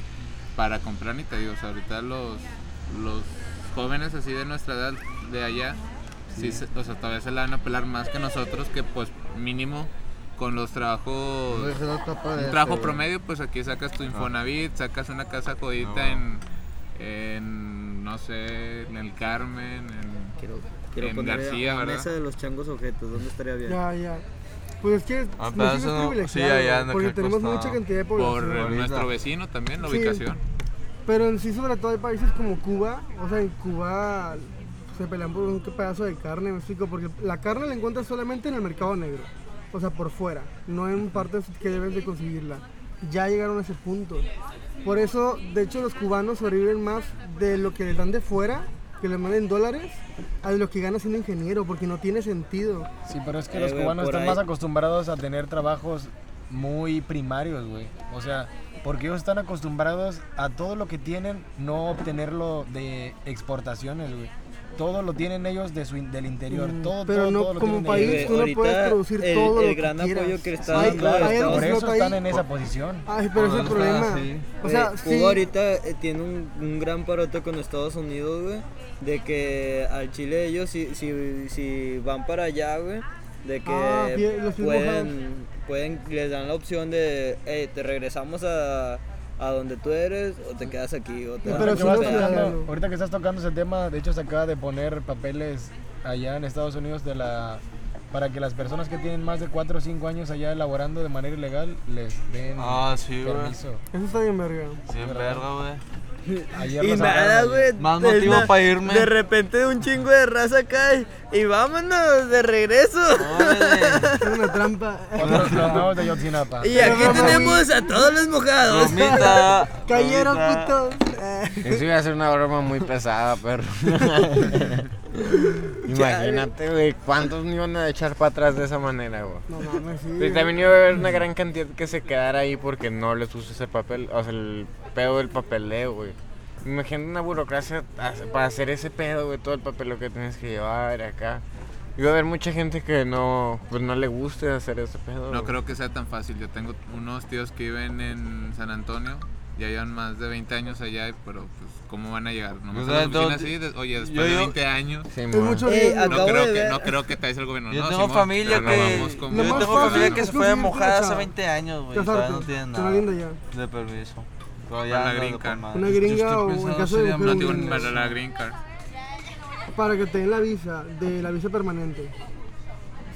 S8: para comprar ni te digo, o sea, ahorita los, los jóvenes así de nuestra edad, de allá, sí se- o sea, todavía se la van a pelar más que nosotros que pues mínimo con los trabajos
S7: Este,
S8: un trabajo promedio, pues aquí sacas tu Infonavit, sacas una casa jodita en, en, no sé, en el Carmen, en...
S5: Quiero, quiero
S8: En
S5: poner
S8: García,
S5: la
S8: ¿verdad?
S5: mesa de los changos objetos, ¿dónde estaría bien?
S4: Ya, ya. Pues es que
S7: Ah,
S4: México
S7: pero
S4: es
S7: eso no-
S4: privilegiado,
S7: sí, allá
S4: güey,
S7: en el
S4: porque
S7: que
S4: tenemos
S7: costa-
S4: mucha cantidad de
S8: por
S4: población.
S8: eh,
S7: ahorita.
S8: nuestro vecino también, la
S4: Sí.
S8: ubicación.
S4: Pero en sí, sobre todo hay países como Cuba, o sea, en Cuba se pelean por un pedazo de carne, me explico, porque la carne la encuentras solamente en el mercado negro, o sea, por fuera, no en partes que debes de conseguirla. Ya llegaron a ese punto. Por eso, de hecho, los cubanos sobreviven más de lo que les dan de fuera, que les manden dólares, a de lo que gana siendo ingeniero, porque no tiene sentido.
S3: Sí, pero es que
S5: Eh,
S3: los
S5: güey,
S3: cubanos
S5: por
S3: están
S5: ahí-
S3: más acostumbrados a tener trabajos muy primarios, güey. O sea, porque ellos están acostumbrados a todo lo que tienen no obtenerlo de exportaciones, güey. todo lo tienen ellos de su in- del interior.
S4: Mm,
S3: todo,
S4: pero
S3: todo,
S4: no
S3: todo lo
S4: como
S3: tienen
S4: país
S3: ellos. Ah,
S4: tú no
S5: Ahorita
S4: puedes producir
S5: el-
S4: todo
S5: el
S4: lo
S5: gran
S4: que quieras.
S5: apoyo que está
S4: Hay-
S5: dando claro,
S4: hay algo
S5: Estados
S3: Por
S4: que
S3: eso
S4: flota
S3: están
S4: ahí.
S3: en esa posición.
S4: Ay, pero ese es el
S10: Por eso está
S4: problema.
S10: así.
S4: O sea,
S5: Eh, Cuba
S4: sí.
S5: ahorita eh, tiene un, un gran parote con Estados Unidos, güey. De que al Chile ellos, si, si, si van para allá, güey, de que
S4: Ah, bien, los mismos
S5: pueden, pueden, les dan la opción de, "Ey, te regresamos a, a donde tú eres o te quedas aquí. O te
S4: Pero
S5: damos
S3: Ahorita
S4: si
S3: que
S4: no
S3: vas
S5: un
S4: se
S5: pedazo".
S4: la-
S3: tocando- ahorita que estás tocando ese tema, de hecho se acaba de poner papeles allá en Estados Unidos de la para que las personas que tienen más de 4 o 5 años allá elaborando de manera ilegal les den
S7: Ah, sí, güey.
S3: permiso.
S4: Eso está bien verga.
S7: Bien verga, güey.
S3: Ayer
S5: Y
S3: lo sacaron
S5: nada,
S3: allá.
S5: güey.
S7: Más
S5: de
S7: motivo
S5: na-
S7: pa' irme.
S5: De repente un chingo de raza cae y vámonos de regreso.
S7: Órale.
S4: Es una trampa.
S3: Otros los nuevos de Yotzinapa.
S5: y aquí
S4: Pero,
S5: tenemos a todos los mojados.
S7: Bromita.
S4: Cayeron,
S7: bromita.
S4: putos. Eh,
S6: Eso iba a ser una broma muy pesada, perro. Imagínate, güey, cuántos me iban a echar para atrás de esa manera, güey.
S4: No mames, sí.
S6: Y también iba a haber una gran cantidad que se quedara ahí porque no les puso ese papel, o sea, el pedo del papeleo, güey. Imagínate una burocracia hace- para hacer ese pedo, güey, todo el papel que tienes que llevar acá. Iba a haber mucha gente que no, pues no le guste hacer ese pedo.
S8: No
S6: güey.
S8: creo que sea tan fácil. Yo tengo unos tíos que viven en San Antonio. Ya llevan más de 20 años allá, pero pues, ¿cómo van a llegar?
S7: Yo
S8: Nomás a la
S7: tengo-
S8: oficina así, de- oye, después
S7: yo-
S8: de
S7: yo-
S8: 20 años.
S6: Sí,
S4: Es
S6: mo.
S4: mucho
S5: Ey,
S4: riesgo.
S8: No
S5: Acabo
S8: creo,
S5: de
S8: que,
S5: ver-
S8: no creo que te dice el gobierno.
S7: Yo
S8: no,
S7: tengo
S8: Simón,
S7: familia
S8: no, no,
S7: que.
S8: vamos con-
S4: Lo
S7: Yo
S4: más
S7: tengo familia
S4: fácil
S7: que
S4: es
S7: se fue
S4: conseguirte una
S7: mojada hace
S4: chava.
S7: 20 años, güey. Todavía no
S4: Casarte
S7: tienen
S4: con alguien de
S7: nada.
S4: allá.
S7: De permiso. Pero
S10: Con
S7: ya
S10: la
S7: ando
S10: gringa.
S7: con madre.
S4: Una
S10: Yo estoy
S4: gringa o en
S10: pensando
S4: caso de mujer,
S10: seriamente
S8: No
S4: un
S8: digo
S4: gringo.
S8: para la green card.
S4: Para que te den la visa, de la visa permanente.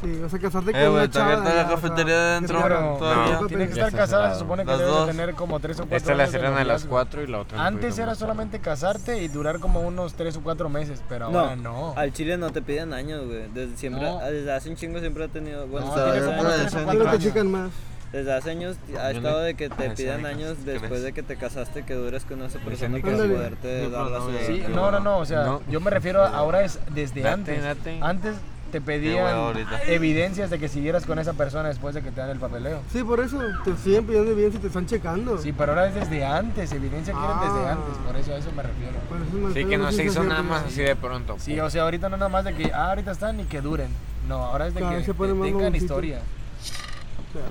S4: Sí, o sea, casarte con
S7: Eh,
S4: una
S7: güey, te
S4: chava.
S7: abierta
S4: de
S7: la
S4: allá, o sea,
S7: cafetería de
S4: que te
S7: adentro
S4: abran.
S3: No,
S7: todavía.
S4: no,
S3: Tienen que
S6: Ya
S3: estar
S6: está
S3: casadas,
S6: cerrado.
S3: se supone que
S7: Las
S3: deben
S7: dos.
S3: de tener como 3 o 4
S6: Esta la cierran a las 4 y la otra. un
S3: Antes
S6: poquito
S3: era
S6: más tarde.
S3: solamente casarte y durar como unos 3 o 4 meses, pero ahora Ah, no.
S5: Al Chile no te piden años, güey. Desde siempre, ah,
S3: No.
S5: desde hace un chingo siempre ha tenido. Bueno,
S3: No,
S5: desde
S3: tiene
S5: hace
S3: como
S5: años-
S3: unos tres o
S4: Pero
S3: cuatro
S4: te
S3: años.
S4: chican más.
S5: desde hace años ha
S7: Yo
S5: estado
S7: le-
S5: de que te
S7: Ah,
S5: pidan
S7: sí,
S5: años
S7: ¿qué
S5: después
S7: crees?
S5: de que te casaste que dures con esa persona
S6: ni
S5: para
S4: caso.
S5: poderte
S7: Yo
S5: dar la
S7: creo que no,
S5: suya.
S3: Sí,
S7: Qué
S3: no, no,
S7: hueva.
S3: no, o sea,
S6: No.
S3: yo me refiero a- ahora es desde
S6: Date,
S3: antes.
S6: date.
S3: Antes te
S7: hueva
S3: pedían
S7: ahorita.
S3: evidencias de que siguieras con esa persona después de que te dan el papeleo.
S4: Sí, por eso te siguen pidiendo bien si te están checando.
S3: Sí, pero ahora es desde antes, evidencia quieren desde
S4: Ah.
S3: antes, por eso a eso me refiero.
S4: Por eso es más
S6: Sí,
S4: pedo,
S6: que no se hizo
S4: siempre.
S6: nada más así de pronto.
S3: Sí, o sea, ahorita no nada más de que ah, ahorita están y que duren. No, ahora es de
S4: Claro,
S3: que
S4: se pone más
S3: tengan
S4: mamoncito.
S3: historia.
S4: Verga.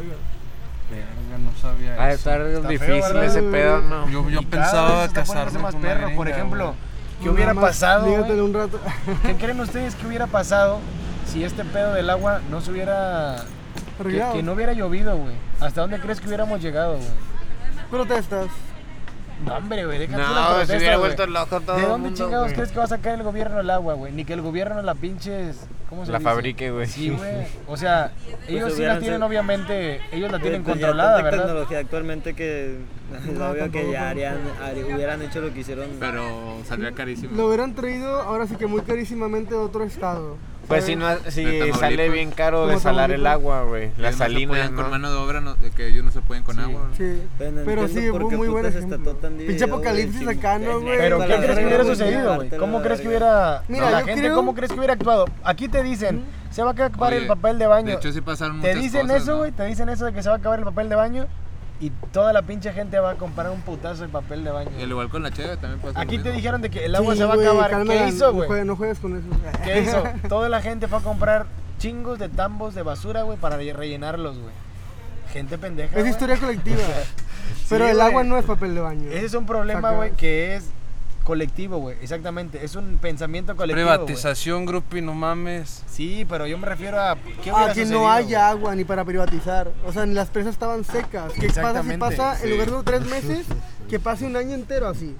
S10: Verga, no sabía
S6: Ha de
S10: eso.
S6: estar difícil
S3: feo,
S6: ese pedo, ¿no?
S10: Yo, yo
S3: Y cada
S10: pensaba
S3: vez se está poniéndose
S10: casarme
S3: más
S10: con
S3: perro,
S10: una
S3: por
S10: gringa,
S3: ejemplo.
S10: güey.
S3: ¿Qué hubiera
S4: Nada más,
S3: pasado? güey?
S4: lígatelo un rato.
S3: ¿Qué creen ustedes que hubiera pasado si este pedo del agua no se hubiera... Que,
S4: Arreglado.
S3: que no hubiera llovido, güey. ¿Hasta dónde crees que hubiéramos llegado, güey?
S4: Protestas.
S3: No, hombre, güey, déjate las
S6: No, se
S3: protestas,
S6: hubiera
S3: güey.
S6: vuelto loco todo.
S3: ¿De
S6: el
S3: dónde
S6: mundo,
S3: chingados
S6: güey.
S3: crees que va a sacar el gobierno el agua, güey? Ni que el gobierno la pinches... ¿Cómo se
S6: La
S3: dice?
S6: fabrique, güey.
S3: Sí, güey. O sea, ellos sí la
S5: Pues hubieran
S3: tienen,
S5: sido-
S3: obviamente... Ellos la tienen
S5: Pues ya
S3: controlada,
S5: tanta
S3: ¿verdad?
S5: tecnología actualmente que
S4: No,
S5: obvio que
S4: tampoco,
S5: ya harían, harí- hubieran hecho lo que hicieron.
S8: Pero saldría carísimo.
S4: Lo hubieran traído ahora sí que muy carísimamente de otro estado.
S6: Pues
S4: ¿sabes?
S6: si, no, si
S8: Tamaulipas.
S6: sale bien caro
S4: Como
S6: desalar el
S4: Tamaulipas.
S6: agua, güey.
S8: Ellos
S6: Las
S8: no se
S6: salinas,
S8: apoyan
S6: ¿no?
S8: Con mano de obra, no- que ellos no se pueden con agua.
S4: Sí.
S5: Pero, no
S4: Pero
S5: entiendo
S4: sí,
S5: por
S4: fue
S5: qué
S4: muy buen
S5: putas está
S4: ejemplo.
S5: todo tan
S4: Pinche
S5: dividido, güey,
S4: apocalipsis
S5: sin-
S4: acá, ¿no, güey?
S3: Pero
S5: Para
S3: ¿qué
S5: la
S3: crees que
S5: verga,
S3: hubiera
S5: güey,
S3: sucedido, güey?
S5: parte de
S3: ¿Cómo
S5: la
S3: crees que
S5: verga.
S3: hubiera...
S4: Mira,
S3: la
S4: yo
S3: gente,
S4: creo-
S3: ¿cómo crees que hubiera actuado? Aquí te dicen,
S6: ¿Mm?
S3: se va a acabar
S8: Oye,
S3: el papel de baño.
S8: De hecho, sí pasaron
S3: Te
S8: muchas
S3: dicen
S8: cosas,
S3: eso,
S8: ¿no?
S3: güey, te dicen eso de que se va a acabar el papel de baño y toda la pinche gente va a comprar un putazo de papel de baño.
S8: Y al igual con la cheve también pasó. lo
S3: Aquí te
S8: mismo.
S3: dijeron de que el agua
S4: Sí,
S3: se va a
S4: güey,
S3: acabar.
S4: cálmala,
S3: ¿Qué hizo,
S4: no
S3: güey?
S4: juegues- No juegues con eso.
S3: ¿Qué hizo? Toda la gente fue a comprar chingos de tambos de basura, güey, para re- rellenarlos, güey. Gente pendeja.
S4: Es
S3: güey.
S4: historia colectiva. Pero el
S3: güey.
S4: agua no es papel de baño.
S3: Ese es un problema,
S4: Saca.
S3: güey, que es colectivo, güey. Exactamente, es un pensamiento colectivo. güey.
S10: Privatización, grupi, no mames.
S3: Sí, pero yo me refiero a ¿qué
S4: A
S3: hubiera
S4: Ah, que
S3: sucedido,
S4: no haya
S3: güey?
S4: agua ni para privatizar. O sea, ni las presas estaban secas. ¿Qué pasa si
S3: Exactamente,
S4: pasa
S8: sí.
S4: en lugar de tres meses? Que pase un año entero así.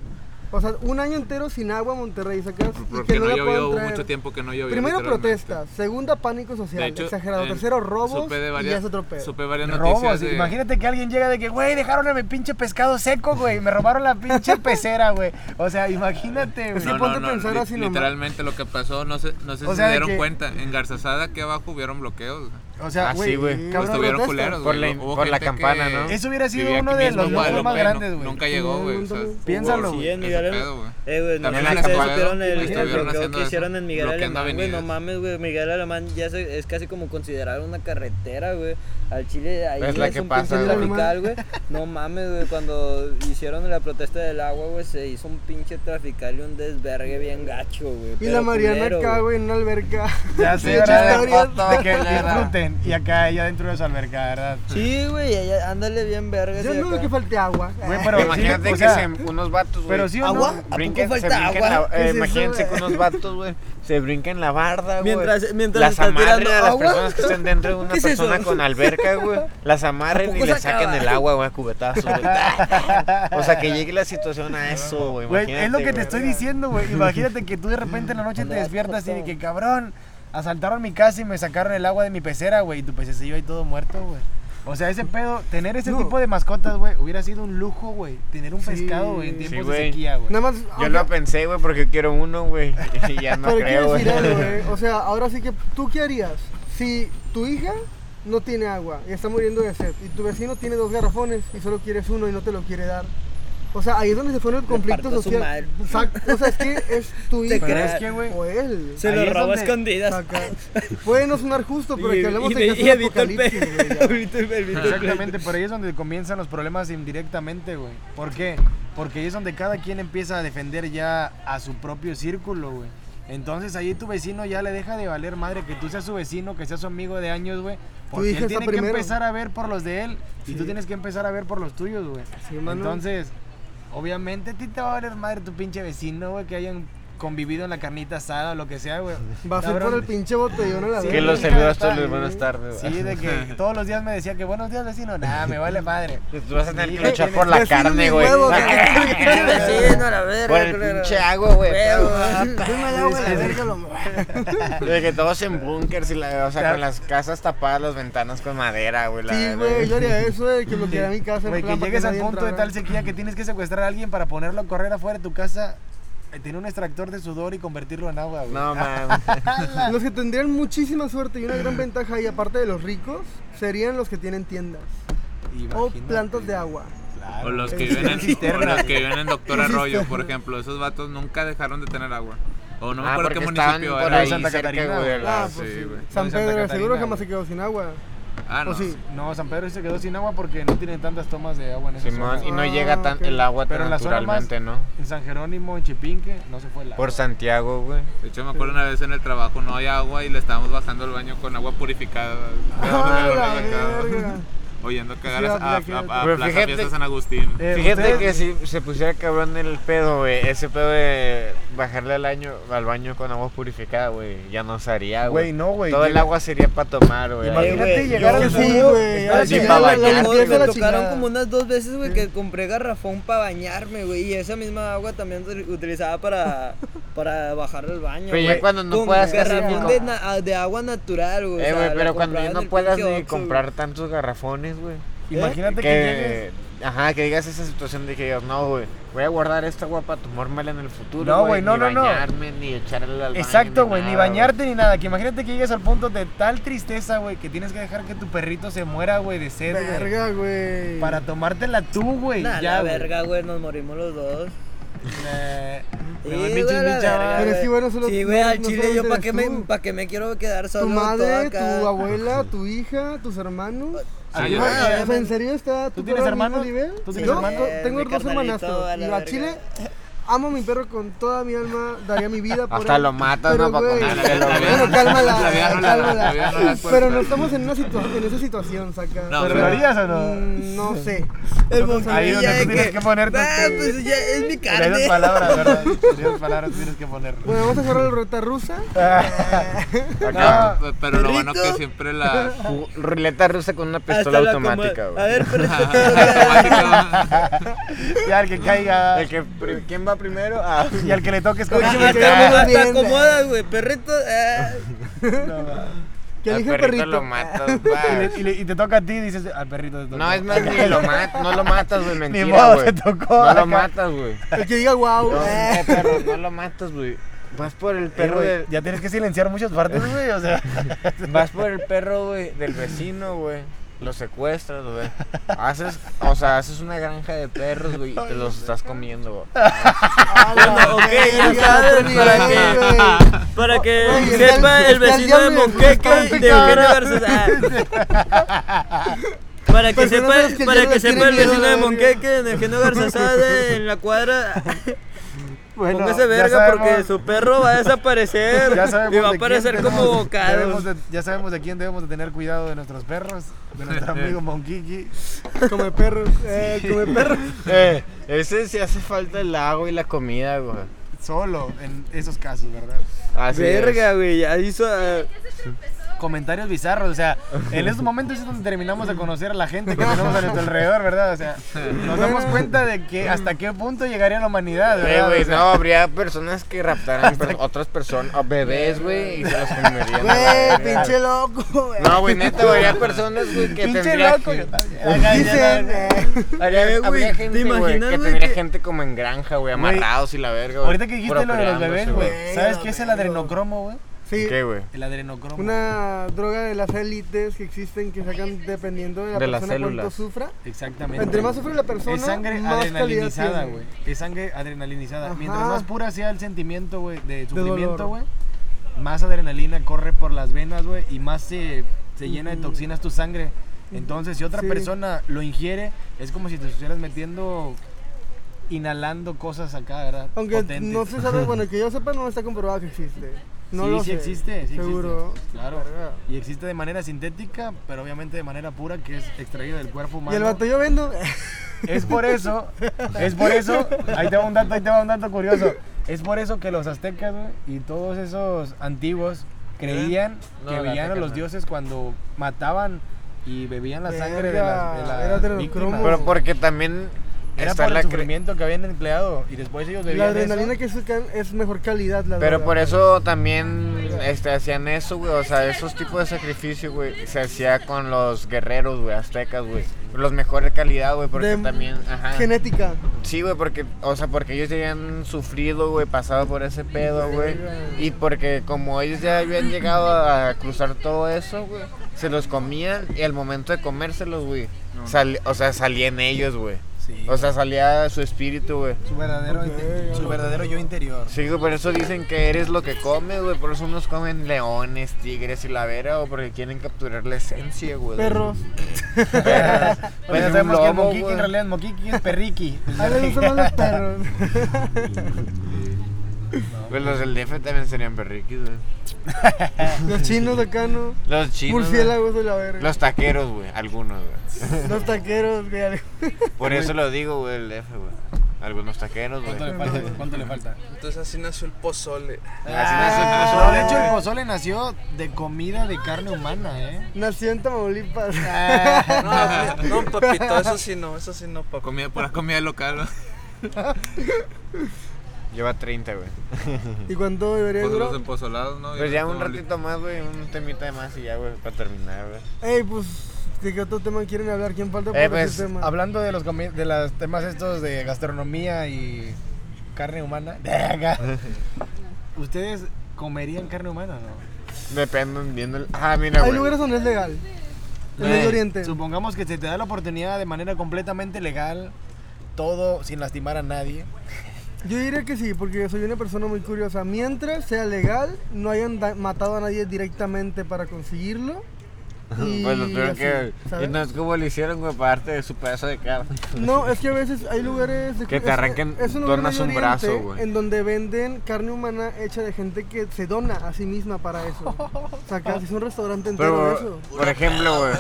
S4: O sea, un año entero sin agua Monterrey. Sacas y
S8: Porque
S4: que
S8: no,
S4: no, la
S8: llovió,
S4: puedan
S8: hubo
S4: traer.
S8: mucho tiempo que no llovió.
S4: Primero
S8: literalmente.
S4: protestas, segunda pánico social,
S8: De hecho,
S4: exagerado,
S8: en-
S4: tercero robos
S8: supe de
S4: y ya
S8: varias-
S4: es otro pedo.
S8: Supe varias
S3: Robos,
S8: noticias de-
S3: imagínate que alguien llega de que, güey, dejaron a mi pinche pescado seco, güey, me robaron la pinche pecera, güey. O sea, imagínate, güey.
S4: que ponte a pensar así nomás.
S8: Literalmente lo que pasó, no sé, no sé
S3: O
S8: si
S3: sea, de
S8: se dieron
S3: que-
S8: cuenta. En Garzazada, aquí abajo hubieron bloqueos. güey.
S3: O sea,
S6: Ah,
S3: güey,
S6: sí, güey.
S4: cabrón,
S8: Pues estuvieron
S4: protesta.
S8: culeros,
S6: Por
S8: güey.
S6: la-
S8: Hubo
S6: por la
S8: gente
S6: campana,
S8: que
S6: ¿no?
S3: Eso hubiera sido
S8: vivía
S3: uno
S8: aquí
S3: de
S8: mismo
S3: los
S8: en
S3: locos más
S8: Guadalupe,
S3: grandes,
S8: nu-
S3: güey.
S8: Nunca llegó, güey. o sea,
S3: Piénsalo,
S8: hubo-
S3: güey.
S8: eso
S5: hicieron.
S8: pedo, güey.
S5: Eh, güey, no sé
S8: También
S5: si
S8: la
S5: ustedes
S8: escuela,
S5: supieron el,
S8: güey,
S5: el
S8: estuvieron
S5: bloqueo
S8: haciendo
S5: que
S8: eso,
S5: hicieron en Miguel
S8: bloqueando
S5: Alemán, güey. No
S8: avenidas.
S5: mames, güey. Miguel Alemán ya se- es casi como considerar una carretera, güey. Al Chile ahí
S6: Es la que
S5: un
S6: pasa,
S5: pinche
S6: güey.
S5: trafical, güey. No mames, güey. Cuando hicieron la protesta del agua, güey, se hizo un pinche trafical y un desvergue bien gacho, güey.
S4: Y
S5: pero
S4: la Mariana
S5: culero,
S4: acá, güey, en una alberca.
S3: Ya sé,
S4: Pinche
S3: ¿verdad?
S4: historia.
S3: De que disfruten. Y acá, ella dentro de su alberca, ¿verdad?
S5: Sí, güey, ella- ándale bien verga.
S4: Yo
S5: sí,
S4: no veo
S5: acá.
S4: que falte agua.
S3: Güey, pero sí,
S6: imagínate
S3: o
S6: que
S3: sea,
S6: se, unos vatos, güey.
S3: pero sí o no.
S5: ¿Agua? ¿A
S6: Brinquen-
S5: poco
S6: se
S5: falta
S6: brinquen
S5: agua?
S6: la- eh,
S5: ¿Qué es eso,
S6: imagínense que
S5: güey?
S6: unos vatos, güey, se brinquen la barda, güey.
S5: Mientras- mientras
S6: las
S5: está
S6: amarren
S5: tirando
S6: a las
S5: agua.
S6: personas que estén dentro de una
S5: ¿Qué es eso?
S6: persona con alberca, güey. Las amarren y
S5: poco
S6: le
S5: se
S6: saquen
S5: acaba?
S6: el agua, güey, a cubetazos, güey. O sea, que llegue la situación a eso, güey.
S3: Güey, es lo que
S6: imagínate,
S3: te
S6: güey.
S3: estoy diciendo, güey. Imagínate que tú de repente en la noche te despiertas y de que, cabrón, asaltaron mi casa y me sacaron el agua de mi pecera, güey. Y tu pececillo ahí todo muerto, güey. O sea, ese pedo, tener ese
S4: No.
S3: tipo de mascotas, güey, hubiera sido un lujo, güey. Tener un pescado, güey, en
S6: Sí,
S3: tiempos de
S6: güey.
S3: sequía, güey.
S4: Nada más.
S6: Yo
S4: aunque-
S6: lo pensé, güey, porque quiero uno, güey. Y ya no
S4: pero
S6: creo,
S4: quiero
S6: güey.
S4: decir algo, güey. O sea, ahora sí que tú qué harías si tu hija no tiene agua y está muriendo de sed y tu vecino tiene dos garrafones y solo quieres uno y no te lo quiere dar. O sea, ahí es donde se fue el conflicto
S5: parto a su
S4: social.
S5: madre.
S4: Exacto. O sea, es que es tu hija
S5: Pero
S3: es que, güey,
S4: o él.
S5: Se
S3: Ahí
S5: lo
S3: es
S5: robó a
S3: donde-
S5: escondidas.
S4: Acá. Puede no sonar justo, pero que hablamos de
S5: y-
S4: que es
S5: y
S4: un
S5: evitó el
S4: apocalipsis, güey, ya.
S5: pe- evitó el- evitó el pleito.
S3: Exactamente, pero ahí es donde comienzan los problemas indirectamente, güey. ¿Por qué? Porque ahí es donde cada quien empieza a defender ya a su propio círculo, güey. Entonces ahí tu vecino ya le deja de valer madre que tú seas su vecino, que seas su amigo de años, güey. Porque
S4: hija
S3: él
S4: está
S3: tiene que
S4: primero.
S3: empezar a ver por los de él y tú
S4: Sí.
S3: tienes que empezar a ver por los tuyos, güey.
S4: Sí, mano.
S3: Entonces, obviamente a ti te va a valer madre tu pinche vecino, güey, que hayan convivido en la carnita asada o lo que sea, güey.
S4: Va a ser por
S3: Cabrón.
S4: el pinche botellón a la
S3: Sí,
S4: verga.
S6: Que los
S3: Nunca
S6: saludas
S3: está,
S6: todos los buenas tardes, güey.
S3: Sí, de que todos los días me decía que buenos días vecino, nada, me vale madre.
S6: Tú Pues vas a tener que
S3: Sí,
S6: luchar
S3: güey,
S6: por la
S4: vecino,
S6: carne,
S4: mis
S6: güey.
S4: huevos, de
S5: Pinche vecino, a la verga,
S6: Por el
S5: culero.
S6: pinche agua, güey.
S4: Dame el agua a Pues, la verga, lo muero.
S6: De que todos en búnkers y la, o sea,
S3: Claro.
S6: con las casas tapadas, las ventanas con madera, güey. la-
S4: Sí, güey, yo haría eso de que bloqueara mi casa. en
S3: Güey, que
S4: plan, para
S3: llegues al
S4: nadie
S3: punto de
S4: entrara.
S3: tal sequía que tienes que secuestrar a alguien para ponerlo a correr afuera de tu casa, eh, tener un extractor de sudor y convertirlo en agua, güey.
S6: No, mames.
S4: Los que tendrían muchísima suerte y una gran ventaja ahí, aparte de los ricos, serían los que tienen tiendas o
S3: Imagínate.
S4: plantas de agua.
S3: Claro.
S8: O los que
S4: güey.
S8: viven en, o
S3: Cisterna.
S8: los que viven en Doctor
S4: Una
S8: Arroyo,
S4: cisterna.
S8: por ejemplo. Esos vatos nunca dejaron de tener agua. O no me
S6: ah,
S8: acuerdo
S6: porque
S8: qué
S6: estaban
S8: municipio
S6: por
S8: era.
S6: ahí
S3: Santa
S6: cerca,
S3: Catarina,
S6: güey,
S3: güey.
S6: la-
S4: Ah,
S8: sí,
S4: pues sí.
S8: güey.
S4: San
S3: Santa
S4: Pedro,
S3: Catarina,
S4: seguro jamás se
S3: güey.
S4: quedó sin agua.
S8: Ah, no.
S4: Pues sí.
S3: No, San Pedro se quedó sin agua porque no tienen tantas tomas de agua en esa
S6: Simón,
S3: zona.
S6: y no
S4: Ah,
S6: llega tan
S4: ok.
S6: el agua
S3: Pero
S6: tan
S3: en la zona más-
S6: naturalmente, ¿no?
S3: En San Jerónimo, en Chipinque, no se fue el agua.
S6: Por Santiago, güey.
S8: De hecho, me acuerdo una vez en el trabajo no había agua y le estábamos bajando el baño con agua purificada.
S4: Ah,
S8: Pero,
S4: la
S8: acá,
S4: verga.
S8: Oyendo cagar
S4: Sí,
S8: a, a, a,
S4: hombre,
S8: a
S6: Pero
S8: Plaza
S6: fíjate-
S8: Fiesta San Agustín.
S3: Eh,
S6: Fíjate
S3: ustedes-
S6: que si se pusiera cabrón el pedo, güey, ese pedo de bajarle al, año, al baño con agua purificada, güey, ya no se haría,
S3: Güey,
S6: güey.
S3: no, güey.
S6: Todo el agua sería para tomar, güey.
S5: Imagínate
S6: Ahí, güey.
S3: llegar al
S4: Sí,
S3: punto-
S4: güey,
S6: Espérate,
S4: sí,
S6: pa'
S4: la- la-
S6: bañarte,
S4: la-
S5: Oye,
S4: la
S5: me
S4: chingada.
S5: tocaron como unas dos veces, güey, que compré garrafón para bañarme, güey. Y esa misma agua también se utilizaba para, para bajar al baño.
S6: Pero ya
S5: güey.
S6: cuando no
S5: Con
S6: puedas casi
S5: garrafón
S6: ni
S5: de,
S6: com-
S5: na- ah, de agua natural, güey. o
S6: Eh,
S5: sea,
S6: güey,
S5: la
S6: pero cuando
S5: compraba
S6: ya
S5: en
S6: no
S5: el
S6: puedas
S5: pinche
S6: ni
S5: Oxxo, güey.
S6: comprar tantos garrafones, güey.
S3: Imagínate que,
S6: Que,
S3: llegues.
S6: ajá, que digas esa situación de que digas, no, güey, voy a guardar esta agua para tomármela en el futuro.
S3: No, güey, no,
S6: ni
S3: no, no.
S6: bañarme, ni echarle al baño,
S3: Exacto, güey, ni
S6: nada,
S3: bañarte ni nada. Que imagínate que llegues al punto de tal tristeza, güey, que tienes que dejar que tu perrito se muera, güey, de sed, güey.
S4: Verga, güey.
S3: Para tomártela tú, güey.
S5: Nah,
S3: ya,
S5: la
S3: güey.
S5: verga, güey, nos morimos los dos.
S3: Eh,
S5: Sí,
S3: me voy
S5: güey,
S3: pinche
S5: a la
S3: pincha,
S5: verga,
S3: va.
S4: Pero sí, bueno, solo-
S5: Sí, güey, al
S4: no
S5: chile yo
S4: solamente
S5: para qué,
S4: eres
S5: me,
S4: tú.
S5: pa' qué me quiero quedar
S4: tu
S5: solo todo
S4: madre,
S5: acá.
S4: tu abuela, tu hija, tus hermanos.
S8: Ah,
S4: Sí,
S8: yo-
S4: güey,
S5: yo-
S4: o sea, ¿En serio está tu
S3: ¿Tú tienes
S4: perro al
S3: hermanos?
S4: mismo nivel?
S3: ¿Tú
S5: Sí,
S3: tienes
S4: Yo
S3: hermanos?
S5: eh,
S4: tengo
S5: mi
S4: dos
S5: carnalito,
S4: hermanastros.
S5: a la
S4: Y a
S5: verga.
S4: Chile amo a mi perro con toda mi alma, daría mi vida por
S6: Hasta
S4: él.
S6: lo matas,
S4: Pero,
S6: ¿no? Para
S4: güey,
S6: comértelo,
S8: güey.
S4: Bueno, cálmala,
S8: La vida no la-
S4: cálmala.
S8: la vida no la
S4: Pero
S8: cuenta.
S4: no estamos en, una situa- en esa situación, saca.
S8: No,
S4: Pero-
S3: ¿Pero lo harías o no?
S4: Mm, No sé.
S5: El
S3: Ahí
S5: Bonfilín
S3: donde
S5: ya
S3: tú
S5: de
S3: tienes que ponerte
S5: Ah,
S3: tu-
S5: pues ya es mi
S3: Pero hay
S5: carne.
S3: dos palabras, ¿verdad? Hay dos palabras tienes que poner.
S4: Bueno, vamos a cerrar la ruleta rusa.
S8: Ah, pe- Pero lo bueno que
S5: Perrito.
S8: siempre la.
S6: güey. Ju- Ruleta rusa con una pistola
S5: Hasta la
S6: automática,
S5: acomodo.
S6: güey.
S5: A ver, perrito, te
S8: automática,
S3: Ya, el que caiga.
S6: El que pri- ¿Quién va primero? Ah,
S3: Y al que le toques con
S4: Oye,
S5: toca.
S4: me quedo muy
S5: Hasta
S4: bien.
S5: acomodas, güey, perrito. eh.
S4: Que
S6: al
S4: dije
S6: perrito,
S4: perrito.
S6: lo matas,
S3: Y,
S6: va.
S3: le- y le- y te toca a ti y dices al perrito. te tocó.
S6: No, es más, ni lo matas, no lo matas, güey, mentira,
S3: modo,
S6: güey.
S3: te tocó
S6: No
S3: acá.
S6: lo matas, güey.
S4: El que diga wow.
S6: No, eh, perro, no lo matas, güey. Vas por el
S3: Pero,
S6: perro
S3: Eh, güey,
S6: del,
S3: ya tienes que silenciar muchas partes, güey. O sea,
S6: vas por el perro, güey, del vecino, güey. los secuestras, güey. Haces, o sea, haces una granja de perros, güey, y te los estás comiendo, güey.
S5: Bueno, ok, ya sabes, para que, para que
S4: Oye,
S5: sepa
S4: estás-
S5: el vecino
S4: estás
S5: de
S4: ya medio
S5: Monqueque
S4: frustrante,
S5: de Eugenio
S4: cabrón.
S5: Garza. Ah. Para que
S4: Personas
S5: sepa,
S4: que ya
S5: para
S4: no
S5: que
S4: tienen
S5: sepa el
S4: miedo a
S5: vecino
S4: la
S5: de
S4: verga.
S5: Monqueque, en Eugenio Garzazada, en la cuadra,
S3: Bueno,
S5: póngase verga porque su perro va a desaparecer
S3: ya sabemos
S5: y va a
S3: de quién
S5: aparecer
S3: tenemos-
S5: como bocado.
S3: debemos de- ya sabemos de quién debemos de tener cuidado de nuestros perros, de nuestro amigo Monkiki.
S4: Come perros, eh, come perros.
S6: Eh, ese sí hace falta el agua y la comida, güey.
S3: Solo en esos casos, ¿verdad?
S6: Así es.
S5: Verga, güey, ya hizo... ah,
S3: Comentarios bizarros, o sea, en estos momentos es donde terminamos de conocer a la gente que tenemos a nuestro alrededor, ¿verdad? O sea, nos damos cuenta de que hasta qué punto llegaría la humanidad,
S6: Eh,
S3: ¿verdad?
S6: güey,
S3: O sea,
S6: no, habría personas que raptaran per- otras personas, o bebés, güey, y se los comerían. a la
S4: Güey,
S6: verga.
S4: pinche loco, güey.
S6: No, güey, neta, güey, habría personas, güey, que
S3: Pinche
S6: tendría
S3: loco, yo también.
S4: Dicen, eh,
S6: Habría,
S5: Eh, güey,
S6: habría gente,
S5: ¿te
S6: güey,
S5: imaginas,
S6: que
S5: güey,
S6: tendría
S5: que-
S6: gente como en granja, güey, amarrados y la verga, güey.
S3: Ahorita que dijiste lo de los bebés,
S6: procreándose,
S3: güey,
S4: güey.
S3: ¿sabes qué es el
S4: Verga,
S3: adrenocromo, güey?
S4: sí,
S6: ¿Qué, güey?
S3: El adrenocromo.
S4: una droga de las élites que existen que sacan dependiendo de la
S6: De las
S4: persona cuánto
S6: células.
S4: sufra.
S3: Exactamente.
S4: Entre más sufre la persona,
S3: Es sangre
S4: más calidad
S3: adrenalinizada,
S4: tiene.
S3: güey. Es sangre adrenalinizada.
S4: Ajá.
S3: Mientras más pura sea el sentimiento, güey, de
S4: dolor.
S3: sufrimiento, güey, más adrenalina corre por las venas, güey, y más se, se llena de toxinas tu sangre. Entonces, si otra
S4: Sí.
S3: persona lo ingiere, es como si te estuvieras metiendo, inhalando cosas acá, ¿verdad?
S4: Aunque
S3: Potentes.
S4: no se sabe, bueno, que yo sepa, no está comprobado que existe. No
S3: sí,
S4: lo
S3: sí
S4: sé.
S3: existe, sí
S4: Seguro.
S3: existe. Claro. Y existe de manera sintética, pero obviamente de manera pura, que es extraída del cuerpo humano.
S4: Y el vato yo vendo.
S3: Es por eso, es por eso, ahí te va un dato, ahí te va un dato curioso. Es por eso que los aztecas güey, y todos esos antiguos
S6: ¿Eh?
S3: creían
S7: No,
S3: que
S7: la
S3: veían a
S7: azteca
S3: los
S7: no.
S3: dioses cuando mataban y bebían la sangre de
S4: Verga,
S3: las de las
S4: era de los
S3: víctimas.
S4: cromos.
S6: Pero porque también
S3: Era
S6: está
S3: por
S6: la
S3: el
S6: cre-
S3: sufrimiento que habían empleado y después ellos
S4: La
S3: bebían
S4: adrenalina
S3: eso.
S4: que sacan es mejor calidad, la
S6: Pero
S4: droga.
S6: por eso también este, hacían eso, güey. O sea, esos tipos de sacrificio, güey, se hacía con los guerreros, güey, aztecas, güey. Los mejores calidad, güey, porque
S4: De
S6: también. Ajá.
S4: Genética.
S6: Sí, güey, porque, o sea, porque ellos ya habían sufrido, güey, pasado por ese pedo, güey. Y porque como ellos ya habían llegado a cruzar todo eso, güey, se los comían y al momento de comérselos, güey, sal- o sea, salían ellos, güey.
S3: Sí,
S6: O sea, salía su espíritu, güey.
S3: su verdadero, inte- su verdadero yo interior.
S6: Sí, güey, por eso dicen que eres lo que comes, güey. Por eso unos comen leones, tigres y la vera, o porque quieren capturar la esencia, güey.
S4: Perros.
S6: Perros.
S3: Pues
S6: Pues
S3: ya sabemos
S6: un
S3: que el
S6: lobo,
S3: moquiqui
S6: güey.
S3: en realidad, el moquiqui es perriqui.
S4: A les gustan más los perros.
S6: Pues los del DF también serían perriquis, güey.
S4: Los chinos acá, ¿no?
S6: Los chinos. güey.
S4: Murciélagos de la verga.
S6: Los taqueros, güey. Algunos, güey.
S4: Los taqueros, güey.
S6: Por eso lo digo, güey, el DF, güey. Algunos taqueros, güey.
S3: ¿Cuánto le falta? ¿Cuánto le falta?
S7: Entonces así nació el pozole.
S6: Así nació el
S3: Ah,
S6: pozole.
S3: De hecho, el pozole nació de comida de carne humana, ¿eh?
S4: Nació en Tamaulipas.
S6: Ah.
S4: Ah.
S7: No, no, papito, eso sí no, eso sí no, papito.
S8: Comida, pura comida local, ¿no?
S6: Lleva 30, güey.
S4: ¿Y cuánto debería
S8: Pues los
S4: durar?
S8: empozolados, ¿no?
S6: Pues
S8: Y
S6: ya
S8: los
S6: un
S8: tamaulipas.
S6: ratito más, güey. Un temita de más y ya, güey, para terminar, güey.
S4: Ey, pues, ¿de qué otro tema quieren hablar? ¿Quién falta por
S6: Eh,
S4: ese
S6: pues,
S4: tema?
S3: Hablando de los comi- de los temas estos de gastronomía y carne humana, ¿ustedes comerían carne humana o
S6: Depende, viendo el. Ah, mira,
S4: Hay
S6: güey.
S4: lugares donde es legal. En
S3: no?
S4: Medio Oriente.
S3: Supongamos que se te da la oportunidad de manera completamente legal, todo sin lastimar a nadie.
S4: Yo diría que sí, porque soy una persona muy curiosa. Mientras sea legal, no hayan da- matado a nadie directamente para conseguirlo. Y
S6: Pues lo tuvieron
S4: así,
S6: que.
S4: ¿sabes?
S6: Y no es como le hicieron, güey, parte de su pedazo de carne.
S4: No, es que a veces hay lugares... de-
S6: Que te
S4: es-
S6: arranquen,
S4: es un lugar
S6: donas
S4: Medio
S6: un brazo,
S4: Oriente
S6: güey.
S4: En donde venden carne humana hecha de gente que se dona a sí misma para eso. O sea, casi es un restaurante entero de
S6: Pero,
S4: eso.
S6: por ejemplo, güey.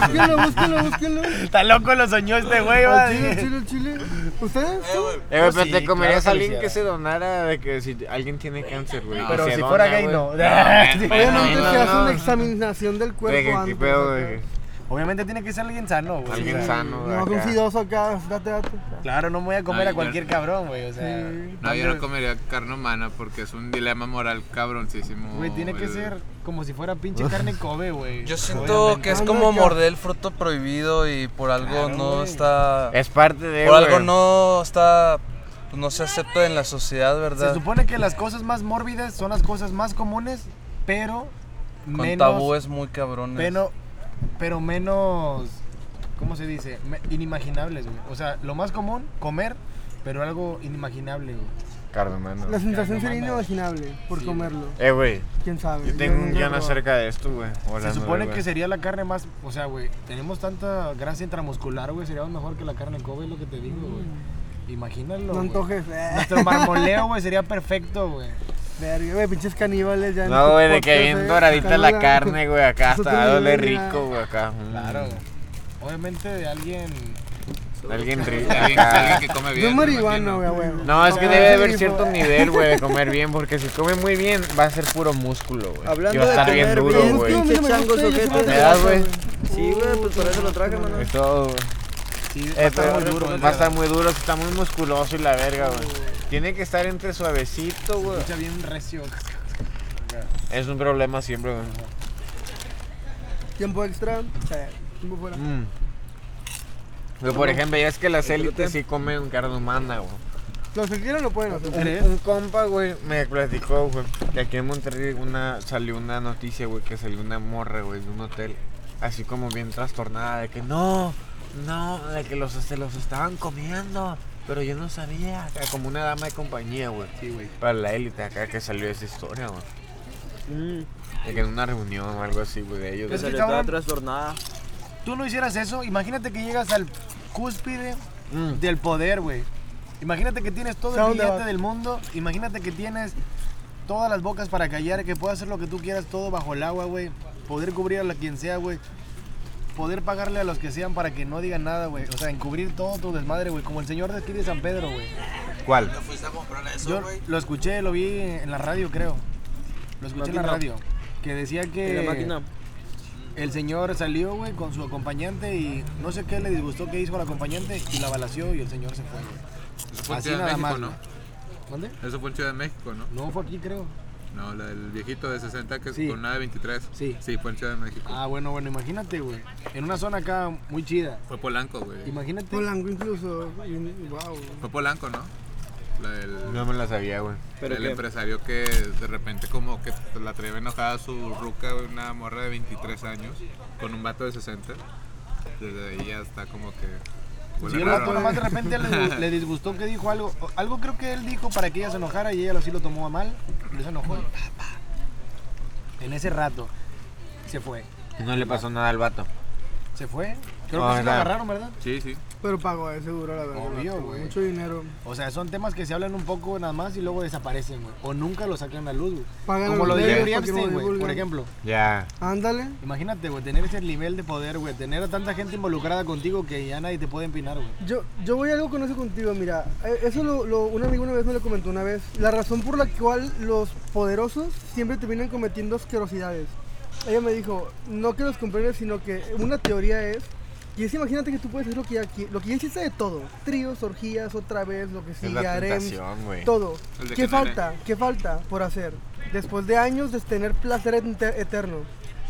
S4: Búsquenlo, búsquenlo, búsquenlo.
S3: Está loco, lo soñó este güey,
S4: Al
S3: va.
S4: chile, al chile, al chile. ¿Ustedes?
S6: Eh, güey,
S3: Pues
S6: pero
S3: sí,
S6: te
S3: claro que
S6: comerías a
S3: lo
S6: alguien que
S3: hiciera.
S6: se donara de que si alguien tiene cáncer, güey.
S3: Pero
S6: que se
S3: si fuera
S6: dona,
S3: gay,
S6: güey.
S3: no.
S4: Obviamente
S6: no,
S4: se hace
S6: no.
S4: una examinación del cuerpo
S6: De que, ¿qué
S4: antes.
S6: pedo,
S4: acá.
S6: güey?
S3: Obviamente tiene que ser alguien sano, güey.
S6: Alguien
S3: O sea,
S6: sano, güey.
S4: No, con
S6: acá.
S4: sidoso acá, date, date.
S3: Claro, no me voy a comer
S8: Ay,
S3: a cualquier cabrón, güey. O sea,
S4: Sí.
S8: No, yo no comería carne humana porque es un dilema moral cabroncísimo.
S3: Güey, tiene que
S8: el-
S3: ser como si fuera pinche carne Kobe, güey.
S7: Yo siento
S3: Obviamente. Ah,
S7: que es como morder el fruto prohibido y por algo no está.
S6: Es parte de.
S7: Por algo
S6: güey.
S7: no está. pues, No se acepta en la sociedad,
S3: Se
S7: ¿verdad?
S3: supone que las cosas más mórbidas son las cosas más comunes, pero
S7: Con
S3: menos,
S7: tabúes muy cabrones.
S3: pero pero menos, ¿cómo se dice? Me- inimaginables, güey. O sea, lo más común, comer, pero algo inimaginable, güey.
S6: Cardomando.
S4: La sensación sería
S3: mames.
S4: inimaginable por
S3: Sí.
S4: comerlo.
S6: Eh, güey.
S4: ¿Quién sabe?
S6: Yo tengo un
S4: nunca
S6: guión
S4: lo-
S6: acerca de esto, güey.
S3: Se
S6: hablando,
S3: supone
S6: güey.
S3: que sería la carne más, o sea, güey, tenemos tanta grasa intramuscular, güey, sería mejor que la carne Kobe, es lo que te digo, güey. Imagínalo,
S4: No
S3: güey.
S4: antojes. eh,
S3: Nuestro marmoleo, güey, sería perfecto, güey.
S4: Verga, güey, pinches caníbales ya. en
S6: No,
S4: estos
S6: güey, de que
S4: podcasts,
S6: bien
S4: eh,
S6: doradita la
S4: caníbal.
S6: carne, güey, acá
S4: Nosotros
S6: hasta
S4: ni
S6: doble
S4: bien,
S6: rico, güey, acá. Mm.
S3: Claro. Obviamente de alguien...
S6: Alguien rico.
S8: Alguien,
S6: acá.
S8: alguien que come
S4: De
S8: bien.
S4: un
S8: me
S4: marihuana,
S8: imagino.
S4: güey, a huevo.
S6: No, es que
S4: Ah,
S6: debe de
S4: sí,
S6: haber
S4: hijo.
S6: cierto nivel, güey, de comer bien, porque si come muy bien, va a ser puro músculo, güey. Y
S5: Hablando
S6: va a
S5: de
S6: estar bien
S5: comer
S6: duro,
S5: bien,
S6: güey.
S5: pinche chango sujete.
S6: Me das, güey.
S5: Sí, güey, pues por eso lo traje, mano.
S6: Es todo, güey.
S3: Sí,
S6: Eh,
S3: está
S6: pero
S3: muy duro,
S6: va a
S3: güey.
S6: estar muy duro, está muy musculoso y la verga, güey. Tiene que estar entre suavecito, güey.
S3: Escucha bien recio.
S6: Es un problema siempre, güey.
S4: Tiempo extra. eh, Tiempo fuera.
S6: Mm. Güey, por ejemplo, ya es que las élites sí comen carne humana, güey.
S4: Los que quieran lo pueden hacer.
S6: Un, un compa, güey, me platicó, güey, que aquí en Monterrey una, salió una noticia, güey, que salió una morra, güey, de un hotel, así como bien trastornada, de que no, no, de que los, se los estaban comiendo, pero yo no sabía, o sea, como una dama de compañía, güey. Sí, güey. Para la élite acá que salió esa historia, güey. Mm. De que en una reunión o algo así, güey, de ellos.
S5: Que
S3: Es
S5: se
S3: que,
S5: le estaba
S3: cabrón.
S5: trastornada.
S3: Tú no hicieras eso, imagínate que llegas al cúspide
S6: Mm.
S3: del poder, güey. Imagínate que tienes todo el
S4: ¿Sabes dónde
S3: billete
S4: va?
S3: del mundo, imagínate que tienes todas las bocas para callar, que puedas hacer lo que tú quieras, todo bajo el agua, güey. Poder cubrir a la quien sea, güey. Poder pagarle a los que sean para que no digan nada, güey. O sea, encubrir todo tu desmadre, güey. Como el señor de aquí de San Pedro, güey.
S6: ¿Cuál?
S3: Yo lo escuché, lo vi en la radio, creo. Lo escuché en la radio. Que decía que...
S5: En la máquina.
S3: El señor salió, güey, con su acompañante y no sé qué le disgustó que hizo al acompañante y la balació y el señor se fue, güey.
S8: Eso fue en
S3: Así
S8: Ciudad de
S3: nada más,
S8: México, ¿no?
S3: güey. ¿Dónde?
S8: Eso fue en Ciudad de México, ¿no?
S3: No, fue aquí, creo.
S8: No, la del viejito de 60 que es
S3: Sí.
S8: con nada de 23.
S3: Sí.
S8: Sí, fue en Ciudad de México.
S3: Ah, bueno, bueno, imagínate, güey. En una zona acá muy chida.
S8: Fue Polanco, güey.
S3: Imagínate.
S4: Polanco incluso. y- Wow.
S8: Fue Polanco, ¿no? La del...
S6: No me la sabía, güey.
S5: Pero
S8: el
S5: qué.
S8: empresario que de repente como que la traía enojada a su ruca, una morra de 23 años, con un vato de 60. Desde ahí ya está como que...
S6: Pues
S3: Sí, el vato nomás de repente le, le disgustó que dijo algo. O- Algo creo que él dijo para que ella se enojara y ella así lo tomó a mal. Y se enojó. Pa, pa. En ese rato se fue.
S6: No le pasó nada al vato.
S3: Se fue. Creo
S6: Ah,
S3: que sí la
S6: verdad.
S3: agarraron, ¿verdad?
S8: Sí, sí.
S4: Pero pago, eh, seguro, la verdad.
S3: Obvio,
S4: vato,
S3: güey.
S4: Mucho dinero.
S3: O sea, son temas que se hablan un poco nada más y luego desaparecen, güey. O nunca lo sacan a luz, güey.
S4: Pagan
S3: Como
S4: a
S3: lo
S4: los
S3: de
S4: medios
S3: Jeffrey
S4: para que no
S3: Epstein, güey,
S4: divulguen.
S3: por ejemplo.
S6: Ya.
S4: Ándale.
S3: Imagínate, güey, tener ese nivel de poder, güey. Tener a tanta gente involucrada contigo que ya nadie te puede empinar, güey.
S4: Yo, yo voy a algo con eso contigo, mira, eh, eso lo, lo- un amigo una vez me lo comentó una vez, la razón por la cual los poderosos siempre terminan cometiendo asquerosidades. Ella me dijo, no que los comprendes, sino que una teoría es, y es imagínate que tú puedes hacer lo que ya, qui- lo que ya hiciste de todo, tríos, orgías, otra vez, lo que
S6: Es
S4: sigue,
S6: la
S4: harems,
S6: tentación, güey.
S4: todo.
S8: El de
S4: ¿Qué
S8: que no eres.
S4: falta? ¿Qué falta por hacer? Después de años de tener placer ete- eterno.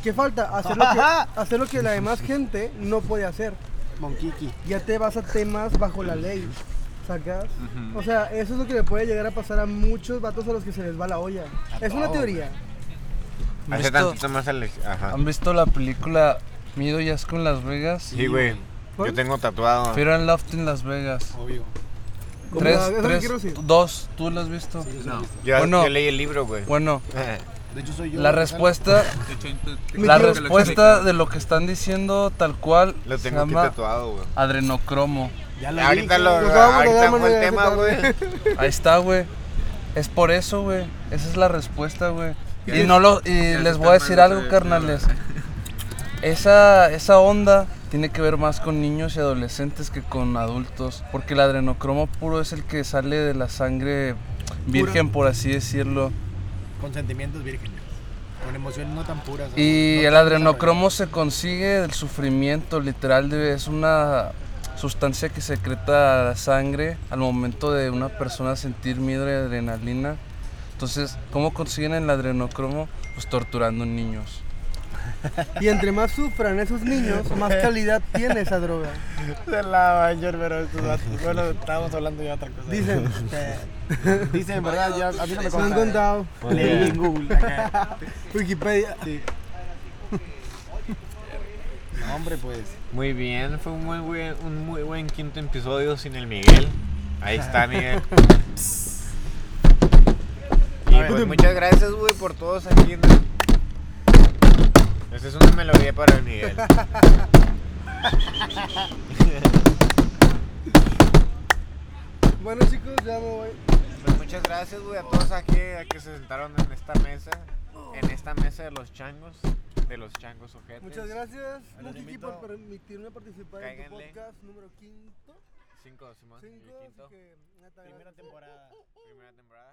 S4: ¿Qué falta? Hacer lo que, hacer lo que la demás gente no puede hacer
S3: Monkiki.
S4: ya te vas a temas bajo la ley. ¿Sacas? O sea, eso es lo que le puede llegar a pasar a muchos vatos a los que se les va la olla. es una
S10: todo,
S4: teoría.
S6: Hace tantito más al... Ajá.
S10: ¿Han visto la película Miedo y Asco en Las Vegas?
S6: Sí, güey. Yo
S4: ¿Cuál?
S6: tengo tatuado.
S10: Fear and Loft en Las Vegas.
S3: Obvio.
S4: ¿Cómo
S10: Tres,
S4: la- esa la quiero
S10: tres,
S4: decir?
S10: dos. ¿Tú la has visto?
S8: No.
S6: Yo,
S10: Bueno.
S6: yo leí el libro, güey.
S10: Bueno,
S6: Eh,
S3: De hecho, soy yo.
S10: la
S3: güey,
S10: respuesta,
S8: De hecho, tú-
S4: Mi
S10: la
S4: tío-
S10: respuesta de lo que están diciendo tal cual
S6: Lo
S10: se
S6: tengo aquí
S10: llama
S6: tatuado, güey.
S10: adrenocromo.
S3: Ya lo
S6: Ahorita
S3: dije,
S6: lo,
S4: Lo acabamos de
S6: ahorita
S4: dar,
S6: fue el
S4: Manuel,
S6: tema,
S4: hace
S6: güey.
S10: Ahí está, güey. Es por eso, güey. Esa es la respuesta, güey.
S8: Ya
S10: Y
S8: es-
S10: no lo y
S8: ya
S10: les
S8: se
S10: voy a
S8: está
S10: decir
S8: armando
S10: algo,
S8: ese-
S10: carnales. Esa esa onda tiene que ver más con niños y adolescentes que con adultos, porque el adrenocromo puro es el que sale de la sangre virgen, por así decirlo.
S3: Con sentimientos vírgenes. Con emociones no tan puras.
S10: Y
S3: güey. No
S10: el
S3: tan
S10: adrenocromo se consigue del sufrimiento, literal, de- es una sustancia que secreta la sangre al momento de una persona sentir miedo y adrenalina. Entonces, ¿cómo consiguen el adrenocromo? Pues torturando niños.
S4: Y entre más sufran esos niños, más calidad tiene esa droga.
S3: desarrollado. Se la mayor, pero estos vatos- Bueno, estábamos hablando ya de otra cosa.
S4: Dicen,
S3: este, Dicen, en verdad, ya, a mí no me
S4: me han
S3: consta.
S4: contado.
S3: eh. Leí en Google. acá.
S4: Wikipedia.
S3: Sí. Hombre, pues.
S6: Muy bien, fue un muy buen, un muy buen quinto episodio sin el Miguel. Ahí está, Miguel. y pues muchas gracias, güey, por todos aquí. ¿no? Esta es una melodía para el Miguel.
S4: Bueno, chicos, ya me voy.
S6: Pues muchas gracias, güey, a todos aquí a que se sentaron en esta mesa. En esta mesa de los changos. De los changos ojetes.
S4: Muchas gracias,
S6: Los
S4: Mukiki,
S6: invito.
S4: por permitirme participar
S6: Pues, Cáiganle.
S4: en tu podcast número quinto.
S6: Cinco, Simón.
S4: Cinco,
S6: el
S4: así
S6: quinto.
S4: que, neta, gracias.
S6: temporada. Primera temporada.